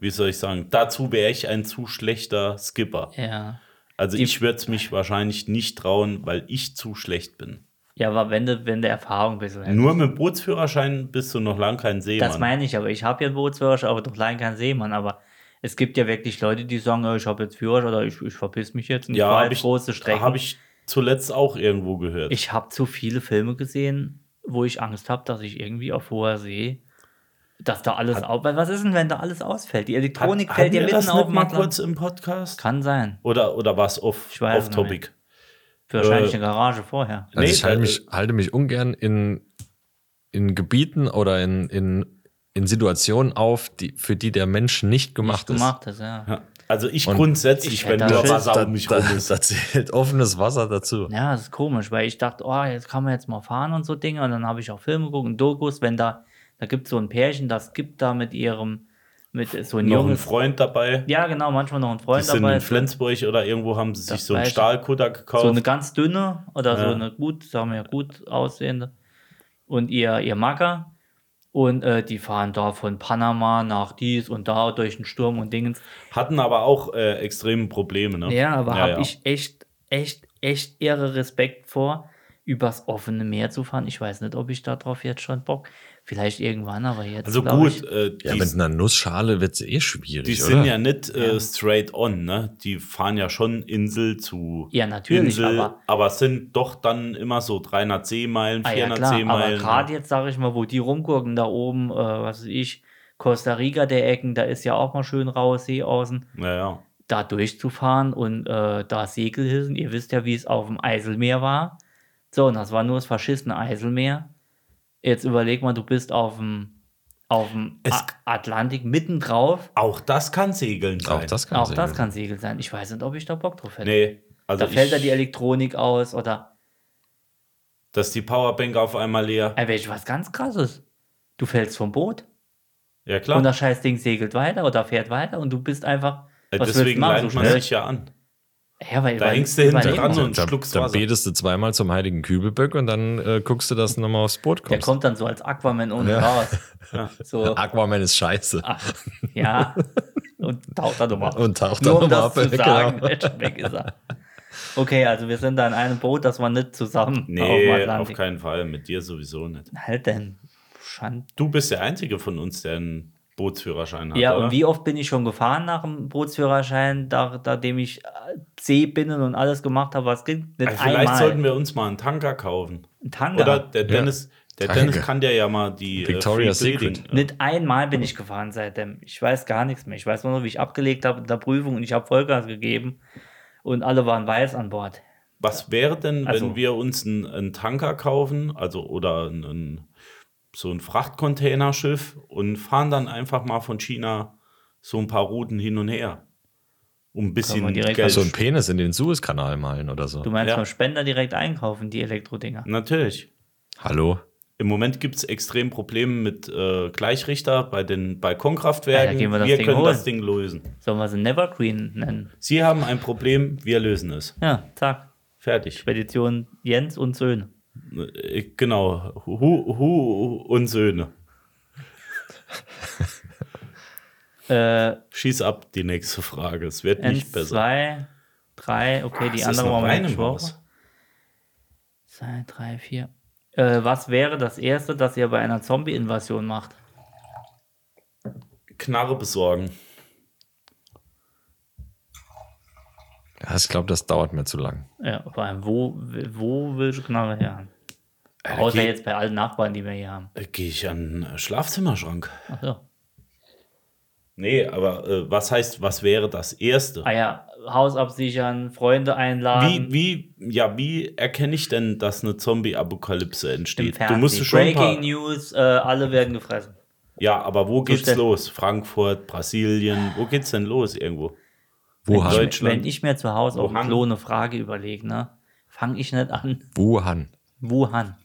Speaker 6: wie soll ich sagen, dazu wäre ich ein zu schlechter Skipper.
Speaker 4: Ja.
Speaker 6: Also
Speaker 4: Die-
Speaker 6: ich würde es mich wahrscheinlich nicht trauen, weil ich zu schlecht bin.
Speaker 4: Ja, aber wenn du, wenn du Erfahrung bist.
Speaker 6: Nur mit Bootsführerschein bist du noch lang kein Seemann.
Speaker 4: Das meine ich, aber ich habe ja einen Bootsführerschein, aber doch leider keinen Seemann. Aber es gibt ja wirklich Leute, die sagen, ja, ich habe jetzt Führerschein oder ich, ich verpiss mich jetzt. und
Speaker 6: ja,
Speaker 4: fahr
Speaker 6: habe
Speaker 4: jetzt
Speaker 6: ich,
Speaker 4: große Strecken.
Speaker 6: hab ich zuletzt auch irgendwo gehört.
Speaker 4: ich habe zu viele Filme gesehen, wo ich Angst habe, dass ich irgendwie auf hoher See, dass da alles auf. Weil was ist denn, wenn da alles ausfällt? Die Elektronik fällt dir
Speaker 6: wir
Speaker 4: mitten
Speaker 6: das
Speaker 4: auf.
Speaker 6: nicht mal
Speaker 4: Mal
Speaker 6: kurz im Podcast?
Speaker 4: Kann sein.
Speaker 6: Oder, oder war es off,
Speaker 4: Ich weiß
Speaker 6: off
Speaker 4: nicht
Speaker 6: Topic?
Speaker 4: Wahrscheinlich
Speaker 6: Äh,
Speaker 4: eine Garage vorher.
Speaker 5: Also
Speaker 6: Nee,
Speaker 5: ich halte
Speaker 6: äh,
Speaker 5: mich, halte mich ungern in, in Gebieten oder in, in, in Situationen auf, die, für die der Mensch nicht gemacht ist.
Speaker 4: Gemacht ist, ja.
Speaker 6: Ja. Also ich
Speaker 5: Und
Speaker 6: grundsätzlich,
Speaker 4: ich
Speaker 6: wenn
Speaker 4: hätte
Speaker 6: nur
Speaker 4: das-
Speaker 6: Wasser
Speaker 5: Da,
Speaker 6: um mich
Speaker 5: da,
Speaker 6: rum
Speaker 5: da
Speaker 6: ist.
Speaker 5: zählt offenes Wasser dazu.
Speaker 4: Ja, das ist komisch, weil ich dachte, oh, jetzt kann man jetzt mal fahren und so Dinge. Und dann habe ich auch Filme geguckt und Dokus, wenn da, da gibt es so ein Pärchen, das gibt da mit ihrem, mit so ein
Speaker 6: Noch ein
Speaker 4: junges.
Speaker 6: Freund dabei.
Speaker 4: Ja, genau, manchmal noch ein
Speaker 6: die
Speaker 4: Freund
Speaker 6: sind
Speaker 4: dabei.
Speaker 6: in Flensburg oder irgendwo haben sie sich
Speaker 4: Das
Speaker 6: so einen
Speaker 4: weiß ich.
Speaker 6: Stahlkutter gekauft.
Speaker 4: so eine ganz dünne oder so
Speaker 6: Ja.
Speaker 4: eine gut, sagen wir ja, gut aussehende. Und ihr, ihr Macker. Und äh, die fahren da von Panama nach dies und da durch den Sturm und Dingens.
Speaker 6: Hatten aber auch äh, extreme Probleme. Ne?
Speaker 4: Ja, aber habe
Speaker 6: ja.
Speaker 4: ich echt, echt, echt irre Respekt vor, übers offene Meer zu fahren. Ich weiß nicht, ob ich darauf jetzt schon Bock. Vielleicht irgendwann, aber jetzt.
Speaker 6: Also
Speaker 4: glaub
Speaker 6: gut,
Speaker 4: Ich,
Speaker 6: äh, die,
Speaker 5: Ja, mit einer Nussschale wird es eh schwierig.
Speaker 6: die
Speaker 5: oder?
Speaker 6: sind ja nicht äh, straight on, ne? Die fahren ja schon Insel zu
Speaker 4: Ja, natürlich,
Speaker 6: Insel,
Speaker 4: aber-
Speaker 6: es sind doch dann immer so 300 Seemeilen,
Speaker 4: ah, ja,
Speaker 6: 400
Speaker 4: klar. Aber
Speaker 6: Seemeilen.
Speaker 4: gerade jetzt, sage ich mal, wo die rumgurken, da oben, äh, was weiß ich, Costa Rica der Ecken, da ist ja auch mal schön raue See außen.
Speaker 6: Ja, ja.
Speaker 4: da durchzufahren und äh, da Segelhissen. Ihr wisst ja, wie es auf dem Eiselmeer war. So, und das war nur das verschissene Eiselmeer. Jetzt überleg mal, du bist auf dem, auf dem
Speaker 6: Es-
Speaker 4: A Atlantik mitten drauf.
Speaker 6: Auch das kann segeln sein.
Speaker 5: Auch das kann
Speaker 4: Auch
Speaker 5: sein.
Speaker 4: das kann Segel sein. Ich weiß nicht, ob ich da Bock drauf hätte.
Speaker 6: Nee, also
Speaker 4: da fällt da
Speaker 6: ich-
Speaker 4: die Elektronik aus oder
Speaker 6: dass die Powerbank auf einmal leer.
Speaker 4: ey, äh, welch was ganz krasses. Du fällst vom Boot
Speaker 6: Ja, klar.
Speaker 4: und das scheiß Ding segelt weiter oder fährt weiter und du bist einfach.
Speaker 6: Äh,
Speaker 4: Was willst du
Speaker 6: Deswegen
Speaker 4: machen?
Speaker 6: leitet
Speaker 4: So
Speaker 6: man
Speaker 4: schnell?
Speaker 6: sich ja an.
Speaker 4: Ja, weil,
Speaker 6: Da
Speaker 4: weil-
Speaker 6: hängst du hinten
Speaker 4: überleg
Speaker 6: dran
Speaker 4: mal.
Speaker 6: so
Speaker 5: Da,
Speaker 6: ein Schlucks
Speaker 5: da
Speaker 6: Wasser.
Speaker 5: betest du zweimal zum heiligen Kübelböck und dann äh, guckst du, dass du nochmal aufs Boot
Speaker 4: Der
Speaker 5: kommst.
Speaker 4: kommt dann so als Aquaman unten raus. So.
Speaker 5: Aquaman
Speaker 4: *laughs*
Speaker 5: ist scheiße.
Speaker 4: Ach, ja. Und taucht dann nochmal.
Speaker 5: Und taucht
Speaker 4: Nur
Speaker 5: dann
Speaker 4: um
Speaker 5: nochmal
Speaker 4: das
Speaker 5: ab,
Speaker 4: zu
Speaker 5: genau.
Speaker 4: sagen, *laughs* welchen weg ist er. Okay, also wir sind da in einem Boot, das war nicht zusammen
Speaker 6: Nee,
Speaker 4: dem
Speaker 6: auf,
Speaker 4: Atlantik.
Speaker 6: keinen Fall. Mit dir sowieso nicht.
Speaker 4: Halt denn. Schand.
Speaker 6: Du bist der Einzige von uns, der einen Bootsführerschein hat.
Speaker 4: Ja,
Speaker 6: oder?
Speaker 4: und wie oft bin ich schon gefahren nach dem Bootsführerschein, da, nachdem ich äh, See bin und alles gemacht habe, was gibt? Nicht
Speaker 6: Äh, Vielleicht
Speaker 4: einmal.
Speaker 6: sollten wir uns mal einen Tanker kaufen.
Speaker 4: Ein Tanga.
Speaker 6: Oder der Dennis, der
Speaker 5: Tanker.
Speaker 6: Dennis kann dir ja mal die äh,
Speaker 5: Victoria's
Speaker 6: Free
Speaker 5: Secret.
Speaker 6: Bleeding-
Speaker 4: Nicht einmal bin ich gefahren seitdem. Ich weiß gar nichts mehr. Ich weiß nur noch, wie ich abgelegt habe in der Prüfung und ich habe Vollgas gegeben und alle waren weiß an Bord.
Speaker 6: Was wäre denn, wenn
Speaker 4: Also-
Speaker 6: wir uns einen, einen Tanker kaufen, also oder einen, so ein Frachtcontainerschiff und fahren dann einfach mal von China so ein paar Routen hin und her? Um ein bisschen
Speaker 4: wir direkt-
Speaker 6: Geld.
Speaker 5: So einen Penis in den Suezkanal malen oder so.
Speaker 4: Du meinst
Speaker 6: Ja.
Speaker 4: beim Spender direkt einkaufen, die Elektrodinger.
Speaker 6: Natürlich.
Speaker 5: Hallo?
Speaker 6: Im Moment gibt es extrem Probleme mit äh, Gleichrichter bei
Speaker 4: Ah,
Speaker 6: den
Speaker 4: Ja,
Speaker 6: Balkonkraftwerken.
Speaker 4: da gehen wir das Ding
Speaker 6: können das
Speaker 4: holen.
Speaker 6: Ding lösen.
Speaker 4: Sollen wir sie Nevergreen nennen?
Speaker 6: Sie haben ein Problem, wir lösen es.
Speaker 4: Ja, zack.
Speaker 6: Fertig.
Speaker 4: Spedition Jens und Söhne.
Speaker 6: Äh, Genau. Hu, Hu und Söhne.
Speaker 4: Äh,
Speaker 6: Schieß ab, die nächste Frage. Es wird nicht
Speaker 4: eins,
Speaker 6: besser.
Speaker 4: zwei, drei, okay, die
Speaker 6: Es ist
Speaker 4: andere
Speaker 6: noch
Speaker 4: war
Speaker 6: eine
Speaker 4: meine Woche.
Speaker 6: Maus.
Speaker 4: Zwei, drei, vier. Äh, was wäre das Erste, das ihr bei einer Zombie-Invasion macht?
Speaker 6: Knarre besorgen.
Speaker 5: Ja, Ich glaube, das dauert mir zu lang.
Speaker 4: Ja, vor allem, wo, wo willst du Knarre her? Außer
Speaker 6: geh-
Speaker 4: jetzt bei allen Nachbarn, die wir hier haben.
Speaker 6: Gehe Äh, ich an den Schlafzimmerschrank?
Speaker 4: Ach so.
Speaker 6: Nee, aber äh, was heißt, was wäre das Erste?
Speaker 4: Ah ja, Haus absichern, Freunde einladen.
Speaker 6: Wie, wie, ja, wie erkenne ich denn, dass eine Zombie-Apokalypse
Speaker 4: im
Speaker 6: entsteht? Du
Speaker 4: Fernsehen.
Speaker 6: musst schon ein
Speaker 4: Breaking
Speaker 6: paar,
Speaker 4: News, äh, alle werden gefressen.
Speaker 6: Ja, aber wo geht's
Speaker 4: Zustände.
Speaker 6: los? Frankfurt, Brasilien, wo geht's denn los irgendwo?
Speaker 5: Wuhan.
Speaker 6: Deutsch-
Speaker 4: Ich,
Speaker 6: Deutschland.
Speaker 4: wenn ich mir zu Hause auch
Speaker 6: Wuhan.
Speaker 4: bloß eine Frage überlege, ne, fange ich nicht an. *laughs*
Speaker 5: Wuhan.
Speaker 4: Wuhan.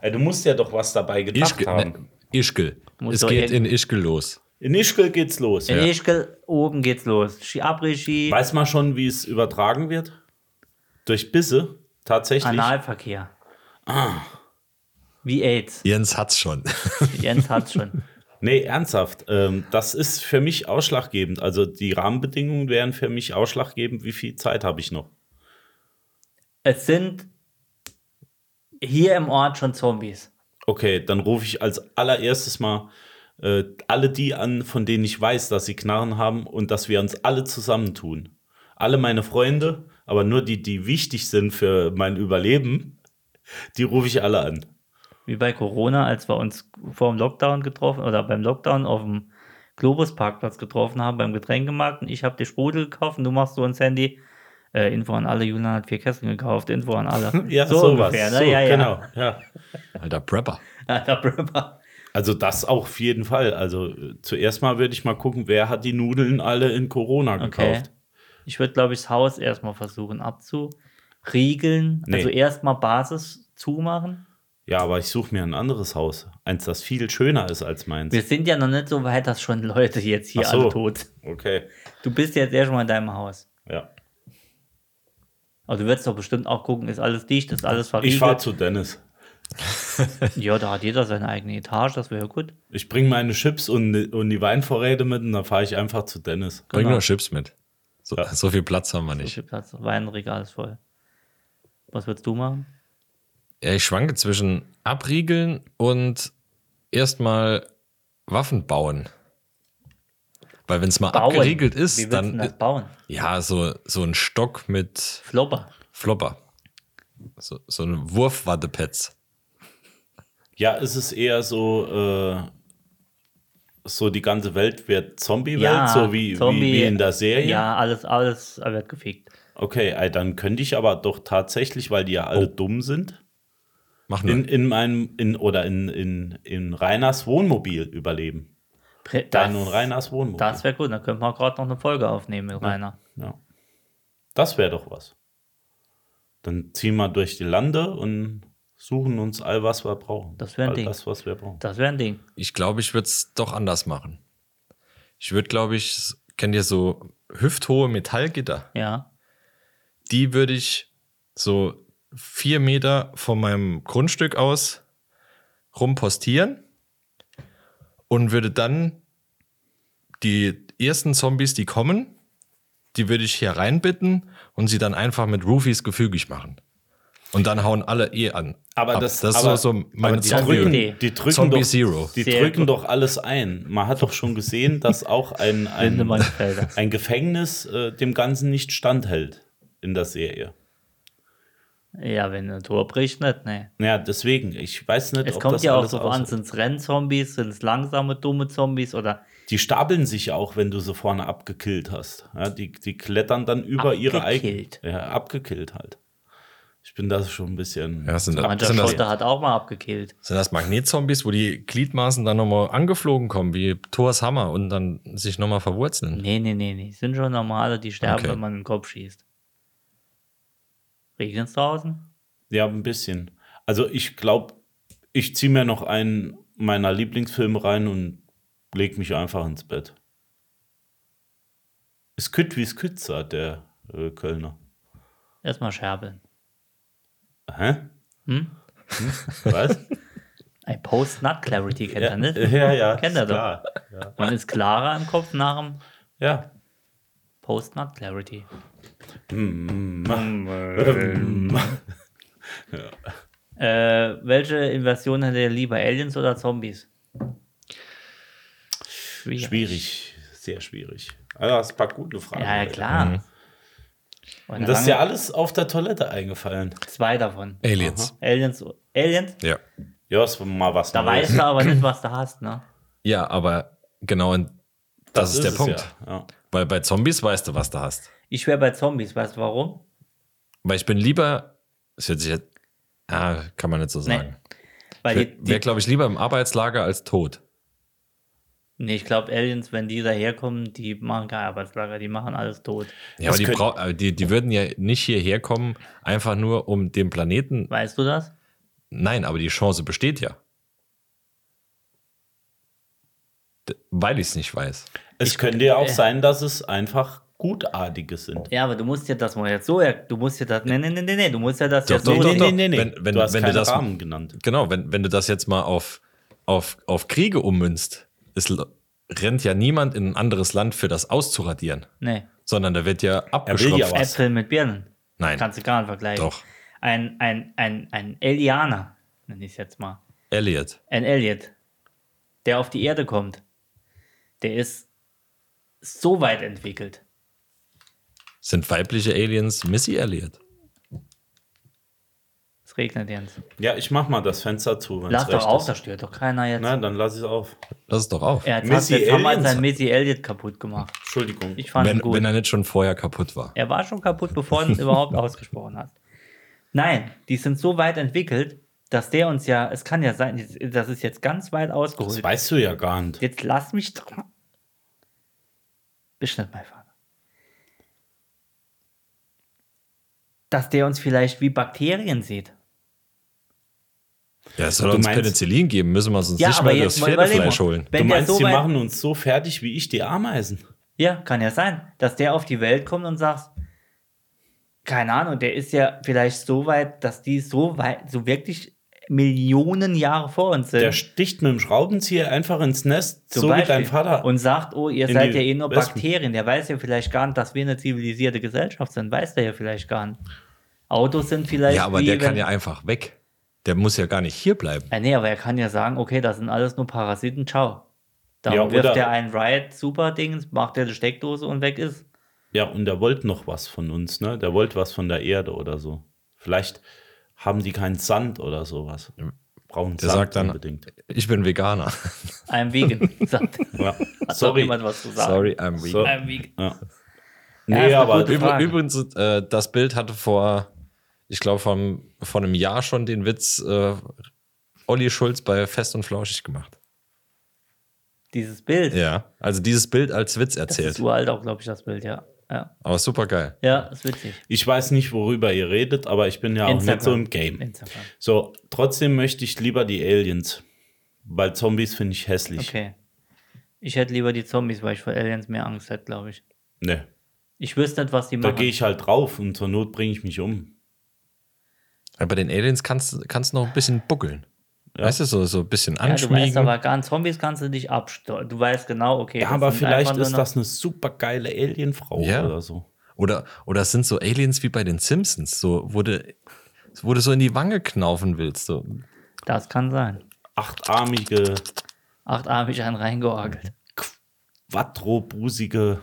Speaker 6: Ey, Äh, du musst ja doch was dabei gedacht
Speaker 5: Ischgl.
Speaker 6: haben.
Speaker 5: Ne, Ischgl.
Speaker 4: Muss
Speaker 5: Es
Speaker 4: doch
Speaker 5: geht in
Speaker 4: irgend-
Speaker 5: Ischgl los.
Speaker 6: In Ischgl geht's los. Äh,
Speaker 4: In Ischgl, oben geht's los. Ski Abregie,
Speaker 6: Weiß man schon, wie es übertragen wird? Durch Bisse? Tatsächlich?
Speaker 4: Analverkehr.
Speaker 6: Ah.
Speaker 4: Wie AIDS.
Speaker 5: Jens
Speaker 4: *laughs*
Speaker 5: hat's schon.
Speaker 4: Jens hat's
Speaker 6: *laughs*
Speaker 4: schon.
Speaker 6: Nee, ernsthaft. Ähm, das ist für mich ausschlaggebend. Also die Rahmenbedingungen wären für mich ausschlaggebend, wie viel Zeit habe ich noch.
Speaker 4: Es sind hier im Ort schon Zombies.
Speaker 6: Okay, dann rufe ich als allererstes mal äh, alle die an, von denen ich weiß, dass sie Knarren haben und dass wir uns alle zusammentun. Alle meine Freunde, aber nur die, die wichtig sind für mein Überleben, die rufe ich alle an.
Speaker 4: Wie bei Corona, als wir uns vor dem Lockdown getroffen oder beim Lockdown auf dem Globus-Parkplatz getroffen haben, beim Getränkemarkt. Und ich habe dir Sprudel gekauft und du machst so ins Handy. Äh, Info an alle, Julian hat vier Kästen gekauft, Info an alle.
Speaker 6: *laughs* Ja, sowas.
Speaker 4: ungefähr, ne?
Speaker 6: So,
Speaker 4: ja, ja.
Speaker 6: genau. Ja.
Speaker 5: Alter Prepper.
Speaker 4: *laughs* Alter Prepper.
Speaker 6: Also das auch auf jeden Fall. Also äh, zuerst mal würde ich mal gucken, wer hat die Nudeln alle in Corona
Speaker 4: Okay.
Speaker 6: gekauft.
Speaker 4: Ich würde, glaube ich, das Haus erstmal versuchen abzuriegeln.
Speaker 6: Nee.
Speaker 4: Also erstmal Basis zumachen.
Speaker 6: Ja, aber ich suche mir ein anderes Haus. Eins, das viel schöner ist als meins.
Speaker 4: Wir sind ja noch nicht so weit, dass schon Leute jetzt hier
Speaker 6: Ach so.
Speaker 4: alle tot.
Speaker 6: Okay.
Speaker 4: Du bist jetzt erstmal in deinem Haus.
Speaker 6: Ja.
Speaker 4: Aber du wirst doch bestimmt auch gucken, ist alles dicht, ist alles
Speaker 6: Ich fahre
Speaker 4: verriegelt.
Speaker 6: zu Dennis.
Speaker 4: Ja, da hat jeder seine eigene Etage, das wäre ja gut.
Speaker 6: Ich bringe meine Chips und, und die Weinvorräte mit und dann fahre ich einfach zu Dennis.
Speaker 5: Bring
Speaker 4: Genau.
Speaker 5: nur Chips mit. So,
Speaker 6: Ja.
Speaker 5: so viel Platz haben wir
Speaker 4: So
Speaker 5: nicht.
Speaker 4: viel Platz, Weinregal ist voll. Was würdest du machen?
Speaker 5: Ja, ich schwanke zwischen abriegeln und erstmal Waffen bauen. Weil wenn es mal
Speaker 4: Bauen.
Speaker 5: abgeriegelt
Speaker 4: Wie
Speaker 5: ist,
Speaker 4: willst du das
Speaker 5: dann
Speaker 4: bauen?
Speaker 5: ja, so, so ein Stock mit
Speaker 4: Flopper.
Speaker 5: Flopper. So, so ein Wurfwattepads.
Speaker 6: Ja, es ist eher so, äh, so die ganze Welt wird Zombie-Welt,
Speaker 4: Ja,
Speaker 6: Ne, so wie,
Speaker 4: Zombie-
Speaker 6: wie, wie in der Serie.
Speaker 4: Ja, alles, alles wird gefegt.
Speaker 6: Okay, ey, dann könnte ich aber doch tatsächlich, weil die ja alle
Speaker 4: Oh.
Speaker 6: dumm sind,
Speaker 5: Mach nur.
Speaker 6: in, in meinem, in, oder in, in, in Reiners Wohnmobil überleben.
Speaker 4: Pre-
Speaker 6: Dein
Speaker 4: das-
Speaker 6: und Reiners Wohnmobil.
Speaker 4: Das wäre gut, dann könnten wir auch gerade noch eine Folge aufnehmen mit Rainer.
Speaker 6: Ja. Das wäre doch was. Dann ziehen wir durch die Lande und suchen uns all, was wir brauchen.
Speaker 4: Das wär ein
Speaker 6: all
Speaker 4: Ding.
Speaker 6: das, was wir brauchen.
Speaker 4: Das wäre ein Ding.
Speaker 5: Ich glaube, ich würde es doch anders machen. Ich würde, glaube ich, kennt ihr so hüfthohe Metallgitter?
Speaker 4: Ja.
Speaker 6: *laughs*
Speaker 5: die würde ich so vier Meter von meinem Grundstück aus rumpostieren und würde dann die ersten Zombies, die kommen, die würde ich hier reinbitten und sie dann einfach mit Roofies gefügig machen. Und dann hauen alle eh an.
Speaker 6: Aber
Speaker 5: ab.
Speaker 6: das-
Speaker 5: das ist
Speaker 6: aber-
Speaker 5: so so meine
Speaker 6: aber die
Speaker 5: Zombie.
Speaker 4: Idee.
Speaker 6: drücken, die drücken
Speaker 5: Zombie
Speaker 6: doch,
Speaker 5: Zero.
Speaker 6: Die
Speaker 4: Sehr
Speaker 6: drücken
Speaker 4: gut.
Speaker 6: doch alles ein. Man hat doch schon gesehen, dass
Speaker 4: *laughs*
Speaker 6: auch ein,
Speaker 4: Ende
Speaker 6: ein,
Speaker 4: meines Feldes.
Speaker 6: ein Gefängnis äh, dem Ganzen nicht standhält in der Serie.
Speaker 4: Ja, wenn ein Tor bricht, nicht, ne.
Speaker 6: Ja, deswegen, ich weiß nicht,
Speaker 4: Es
Speaker 6: ob
Speaker 4: kommt
Speaker 6: das
Speaker 4: ja auch
Speaker 6: alles
Speaker 4: so an,
Speaker 6: aus-
Speaker 4: sind es Rennzombies, sind es langsame, dumme Zombies oder
Speaker 6: Die stapeln sich ja auch, wenn du sie vorne abgekillt hast. Ja, die, die klettern dann über ihre eigenen.
Speaker 4: Abgekillt.
Speaker 6: Ja, abgekillt halt. Ich bin da schon ein bisschen.
Speaker 5: Ja, sind,
Speaker 4: mancher
Speaker 5: das, sind, das,
Speaker 4: Schotter hat auch mal abgekillt.
Speaker 5: sind das Magnetzombies, wo die Gliedmaßen dann nochmal angeflogen kommen, wie Thors Hammer und dann sich nochmal verwurzeln?
Speaker 6: Mhm.
Speaker 4: Nee, nee, nee, nee. Sind schon normale, die sterben,
Speaker 5: Okay.
Speaker 4: wenn man in den Kopf schießt. Regnet es draußen?
Speaker 6: Ja, ein bisschen. Also ich glaube, Ich ziehe mir noch einen meiner Lieblingsfilme rein und leg mich einfach ins Bett. Es kütt wie es kütt, sagt der äh, Kölner.
Speaker 4: Erstmal scherbeln.
Speaker 6: Hä?
Speaker 4: Hm? *laughs*
Speaker 6: Was?
Speaker 4: Ein Post-Nut-Clarity kennt er nicht.
Speaker 6: ja, ja.
Speaker 4: ne? *laughs* Kennt er
Speaker 6: ist
Speaker 4: doch.
Speaker 6: klar. Ja.
Speaker 4: Man ist klarer im Kopf nach dem
Speaker 6: ja.
Speaker 4: Post-Nut-Clarity.
Speaker 6: Mm.
Speaker 4: Mm.
Speaker 6: *laughs*
Speaker 4: Äh, welche Invasion hätte er lieber? Aliens oder Zombies? Schwierig.
Speaker 6: Schwierig, sehr schwierig. Also, hast ein paar gute Fragen.
Speaker 4: Ja, ja,
Speaker 6: Leute.
Speaker 4: klar. Und
Speaker 6: Mhm. Und
Speaker 4: dann
Speaker 6: das ist ja
Speaker 4: sagen
Speaker 6: alles auf der Toilette eingefallen.
Speaker 4: wir zwei davon.
Speaker 5: Aliens.
Speaker 4: Aliens, Aliens,
Speaker 5: Ja.
Speaker 6: Ja, ist mal was
Speaker 4: da weißt du aber nicht, was du hast, ne?
Speaker 5: Ja, aber genau in, das, ist der
Speaker 6: es
Speaker 5: Punkt.
Speaker 6: Ja. Ja.
Speaker 5: Weil bei Zombies weißt du, was du hast.
Speaker 4: Ich wäre bei Zombies, weißt du warum?
Speaker 5: Weil ich bin lieber, es hört sich jetzt, ah, kann man nicht so sagen.
Speaker 4: Weil die, also die,
Speaker 5: Wäre, glaube ich, lieber im Arbeitslager als tot.
Speaker 4: nee, ich glaube, Aliens, wenn die daherkommen, die machen kein Arbeitslager, die machen alles tot.
Speaker 5: Ja, aber die,
Speaker 6: könnte-
Speaker 5: brau- aber die, die würden ja nicht hierher kommen, einfach nur um den Planeten.
Speaker 4: Weißt du das?
Speaker 5: Nein, aber die Chance besteht ja. D- Weil ich es nicht weiß.
Speaker 6: Es könnte ja auch
Speaker 4: äh.
Speaker 6: sein, dass es einfach Gutartige sind.
Speaker 4: Ja, aber du musst ja das mal jetzt so, ja, du musst ja das, nee, nee, nee, nee, nee, du musst ja das
Speaker 5: Doch,
Speaker 4: jetzt so.
Speaker 5: doch, doch, doch. Wenn- wenn-
Speaker 6: du hast
Speaker 5: wenn du
Speaker 6: keine
Speaker 5: das-
Speaker 6: Rahmen genannt.
Speaker 5: Genau, wenn, wenn du das jetzt mal auf, auf, auf Kriege ummünzt, es l- rennt ja niemand in ein anderes Land für das auszuradieren,
Speaker 4: Nee,
Speaker 5: sondern da wird ja
Speaker 6: will ja
Speaker 5: abgeschröpft.
Speaker 6: was.
Speaker 4: Äpfel mit Birnen.
Speaker 5: Nein.
Speaker 4: Kannst du gar nicht vergleichen.
Speaker 5: Doch.
Speaker 4: Ein, ein, ein, ein Elianer, nenne ich es jetzt mal.
Speaker 5: Elliot.
Speaker 4: ein Elliot, der auf die Erde kommt, der ist so weit entwickelt.
Speaker 5: Sind weibliche Aliens Missy Elliot?
Speaker 4: Es regnet Jens.
Speaker 6: Ja, ich mach mal das Fenster zu, wenn
Speaker 4: Lass
Speaker 6: es
Speaker 4: doch
Speaker 6: recht
Speaker 4: auf,
Speaker 6: ist.
Speaker 4: da stört doch keiner jetzt.
Speaker 6: Na, dann lass ich es auf.
Speaker 5: Lass es doch auf.
Speaker 4: er hat
Speaker 6: Missy
Speaker 4: jetzt haben wir
Speaker 6: Elliott?
Speaker 4: seinen Missy Elliot kaputt gemacht.
Speaker 6: Entschuldigung.
Speaker 4: Ich fand ihn
Speaker 5: wenn,
Speaker 4: gut.
Speaker 5: wenn er nicht schon vorher kaputt war.
Speaker 4: Er war schon kaputt, bevor
Speaker 5: *laughs*
Speaker 4: du es überhaupt ausgesprochen hast. Nein, die sind so weit entwickelt, dass der uns ja, es kann ja sein, das ist jetzt ganz weit
Speaker 6: das
Speaker 4: ausgeholt.
Speaker 6: weißt du ja gar nicht.
Speaker 4: Jetzt lass mich doch mal. Bist nicht mein Vater. Dass der uns vielleicht wie Bakterien sieht.
Speaker 5: Ja, es soll
Speaker 6: Du
Speaker 5: uns
Speaker 6: meinst-
Speaker 5: Penicillin geben, müssen wir uns
Speaker 4: Ja,
Speaker 5: nicht
Speaker 4: aber
Speaker 5: mal
Speaker 4: jetzt
Speaker 5: das
Speaker 4: mal überleg
Speaker 5: Pferdefleisch
Speaker 4: mal.
Speaker 5: holen.
Speaker 4: Wenn
Speaker 6: du
Speaker 4: der
Speaker 6: meinst,
Speaker 4: so
Speaker 6: die
Speaker 4: weit-
Speaker 6: machen uns so fertig wie ich die Ameisen.
Speaker 4: Ja, kann ja sein, dass der auf die Welt kommt und sagt, keine Ahnung, der ist ja vielleicht so weit, dass die so weit, so wirklich Millionen Jahre vor uns sind.
Speaker 6: Der sticht mit dem Schraubenzieher einfach ins Nest,
Speaker 4: Äh. Zum
Speaker 6: so wie
Speaker 4: Beispiel.
Speaker 6: dein Vater.
Speaker 4: Und sagt, oh, ihr
Speaker 6: In
Speaker 4: seid
Speaker 6: die
Speaker 4: ja eh nur
Speaker 6: Wespen.
Speaker 4: Bakterien. Der weiß ja vielleicht gar nicht, dass wir eine zivilisierte Gesellschaft sind. Weiß der ja vielleicht gar nicht. Autos sind vielleicht.
Speaker 5: Ja, aber
Speaker 4: wie
Speaker 5: der kann
Speaker 4: wenn-
Speaker 5: ja einfach weg. Der muss ja gar nicht hier bleiben.
Speaker 4: Ja, Äh, nee, aber er kann ja sagen, okay, das sind alles nur Parasiten, ciao. Dann
Speaker 6: Ja,
Speaker 4: wirft
Speaker 6: oder-
Speaker 4: er ein Riot super Dings, macht er die Steckdose und weg ist.
Speaker 6: Ja, und der wollte noch was von uns, ne? Der wollte was von der Erde oder so. Vielleicht haben die keinen Sand oder sowas. Brauchen
Speaker 5: Der
Speaker 6: Sand
Speaker 5: sagt dann,
Speaker 6: unbedingt.
Speaker 5: ich
Speaker 4: *laughs*
Speaker 5: bin Veganer.
Speaker 4: I'm
Speaker 6: *laughs*
Speaker 4: vegan. sagt er. *laughs*
Speaker 6: Ja.
Speaker 4: Hat doch
Speaker 6: Sorry.
Speaker 4: jemand was zu sagen.
Speaker 5: Sorry, I'm vegan.
Speaker 6: So.
Speaker 4: I'm vegan.
Speaker 6: Ja.
Speaker 4: Ja,
Speaker 6: Nee,
Speaker 4: ist eine
Speaker 6: aber
Speaker 4: gute
Speaker 5: Übr-
Speaker 4: Frage.
Speaker 5: Übrigens, äh, das Bild hatte vor, ich glaube, von, von einem Jahr schon den Witz äh, Olli Schulz bei Fest und Flauschig gemacht.
Speaker 4: Dieses Bild.
Speaker 5: Ja, also dieses Bild als Witz
Speaker 4: Das ist
Speaker 5: erzählt.
Speaker 4: uralt auch, glaube ich, das Bild, ja. Ja,
Speaker 5: Aber super geil.
Speaker 4: ja ist witzig.
Speaker 6: ich weiß nicht, worüber ihr redet, aber ich bin ja auch nicht so im Game.
Speaker 4: Instagram.
Speaker 6: So, trotzdem möchte ich lieber die Aliens. Weil Zombies finde ich hässlich.
Speaker 4: Okay. Ich hätte lieber die Zombies, weil ich vor Aliens mehr Angst hätte, glaube ich.
Speaker 6: Nee.
Speaker 4: Ich wüsste nicht, was die
Speaker 6: Da
Speaker 4: machen.
Speaker 6: gehe ich halt drauf und zur Not bringe ich mich um.
Speaker 5: Weil bei den Aliens kannst du kannst du noch ein bisschen buckeln. Weißt du, so, so ein bisschen
Speaker 4: ja, du
Speaker 5: anschmiegen.
Speaker 4: weißt aber gar nicht, Zombies kannst du dich absteuern. Du weißt genau, okay.
Speaker 6: Ja,
Speaker 4: das
Speaker 6: aber
Speaker 4: sind
Speaker 6: vielleicht
Speaker 4: einfach nur
Speaker 6: ist
Speaker 4: noch-
Speaker 6: das eine super geile Alienfrau
Speaker 5: Ja.
Speaker 6: oder so.
Speaker 5: Oder, oder es sind so Aliens wie bei den Simpsons, so, wo du, wo du so in die Wange knaufen willst. So.
Speaker 4: Das kann sein.
Speaker 6: Achtarmige,
Speaker 4: Achtarmig einen reingeorgelt.
Speaker 6: quadrobusige.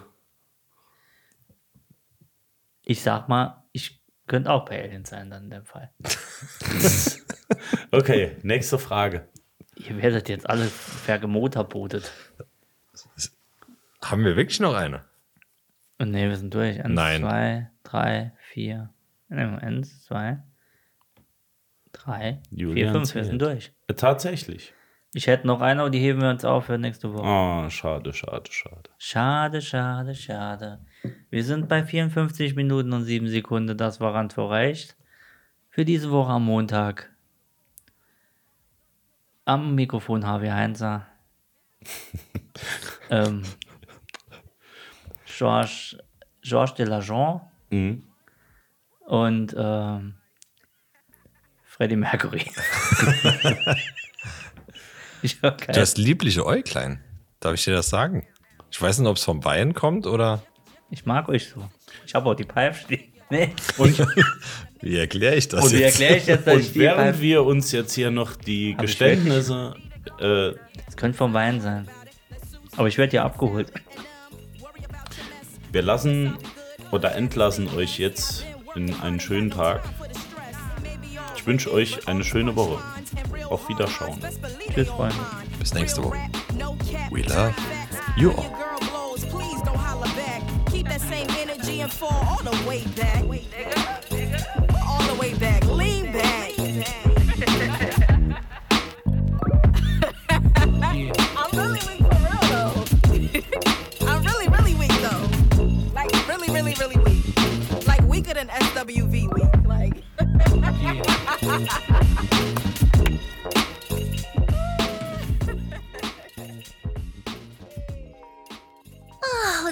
Speaker 4: Ich sag mal, ich könnte auch bei Aliens sein dann in dem Fall.
Speaker 6: Okay, nächste Frage.
Speaker 4: Ihr werdet jetzt alle vergemotorbotet.
Speaker 5: Haben wir wirklich noch eine?
Speaker 4: Und nee, wir sind durch. Eins,
Speaker 5: Nein.
Speaker 4: zwei, drei, vier. Nee, eins, zwei, drei, vier,
Speaker 6: Julian
Speaker 4: fünf. Wir sind
Speaker 6: zählt.
Speaker 4: durch.
Speaker 6: Äh, Tatsächlich.
Speaker 4: Ich hätte noch eine, aber die heben wir uns auf für nächste Woche.
Speaker 6: Ah, schade, schade, schade.
Speaker 4: Schade, schade, schade. Wir sind bei 54 Minuten und 7 Sekunden. Das war Randvorreicht. Für diese Woche am Montag. Am Mikrofon HW Heinzer. ähm, Georges George Delajon und ähm, Freddie Mercury. *laughs* ich hör keinen.
Speaker 5: Du hast liebliche Äuglein. Darf ich dir das sagen? Ich weiß nicht, ob es vom Wein kommt oder.
Speaker 4: Ich mag euch so. Ich habe auch die Pfeife stehen. *laughs* Nee.
Speaker 5: Wie erkläre ich das?
Speaker 4: Und wie erkläre ich jetzt, dass ich
Speaker 6: Und
Speaker 4: die
Speaker 6: während
Speaker 4: Pfeife...
Speaker 6: wir uns jetzt hier noch die
Speaker 4: ich
Speaker 6: Geständnisse. Äh,
Speaker 4: Das könnte vom Wein sein. Aber ich werde ja abgeholt.
Speaker 6: wir lassen oder entlassen euch jetzt in einen schönen Tag. Ich wünsche euch eine schöne Woche. Auf Wiederschauen.
Speaker 4: Tschüss, Freunde.
Speaker 5: *laughs* Bis nächste Woche. We love you all.
Speaker 3: Keep that same energy and fall all the way back. All the way back. Lean back. I'm really weak for real though. *laughs* I'm really, really weak though. Like really, really, really weak. Like weaker than SWV weak. Like.
Speaker 1: Oh,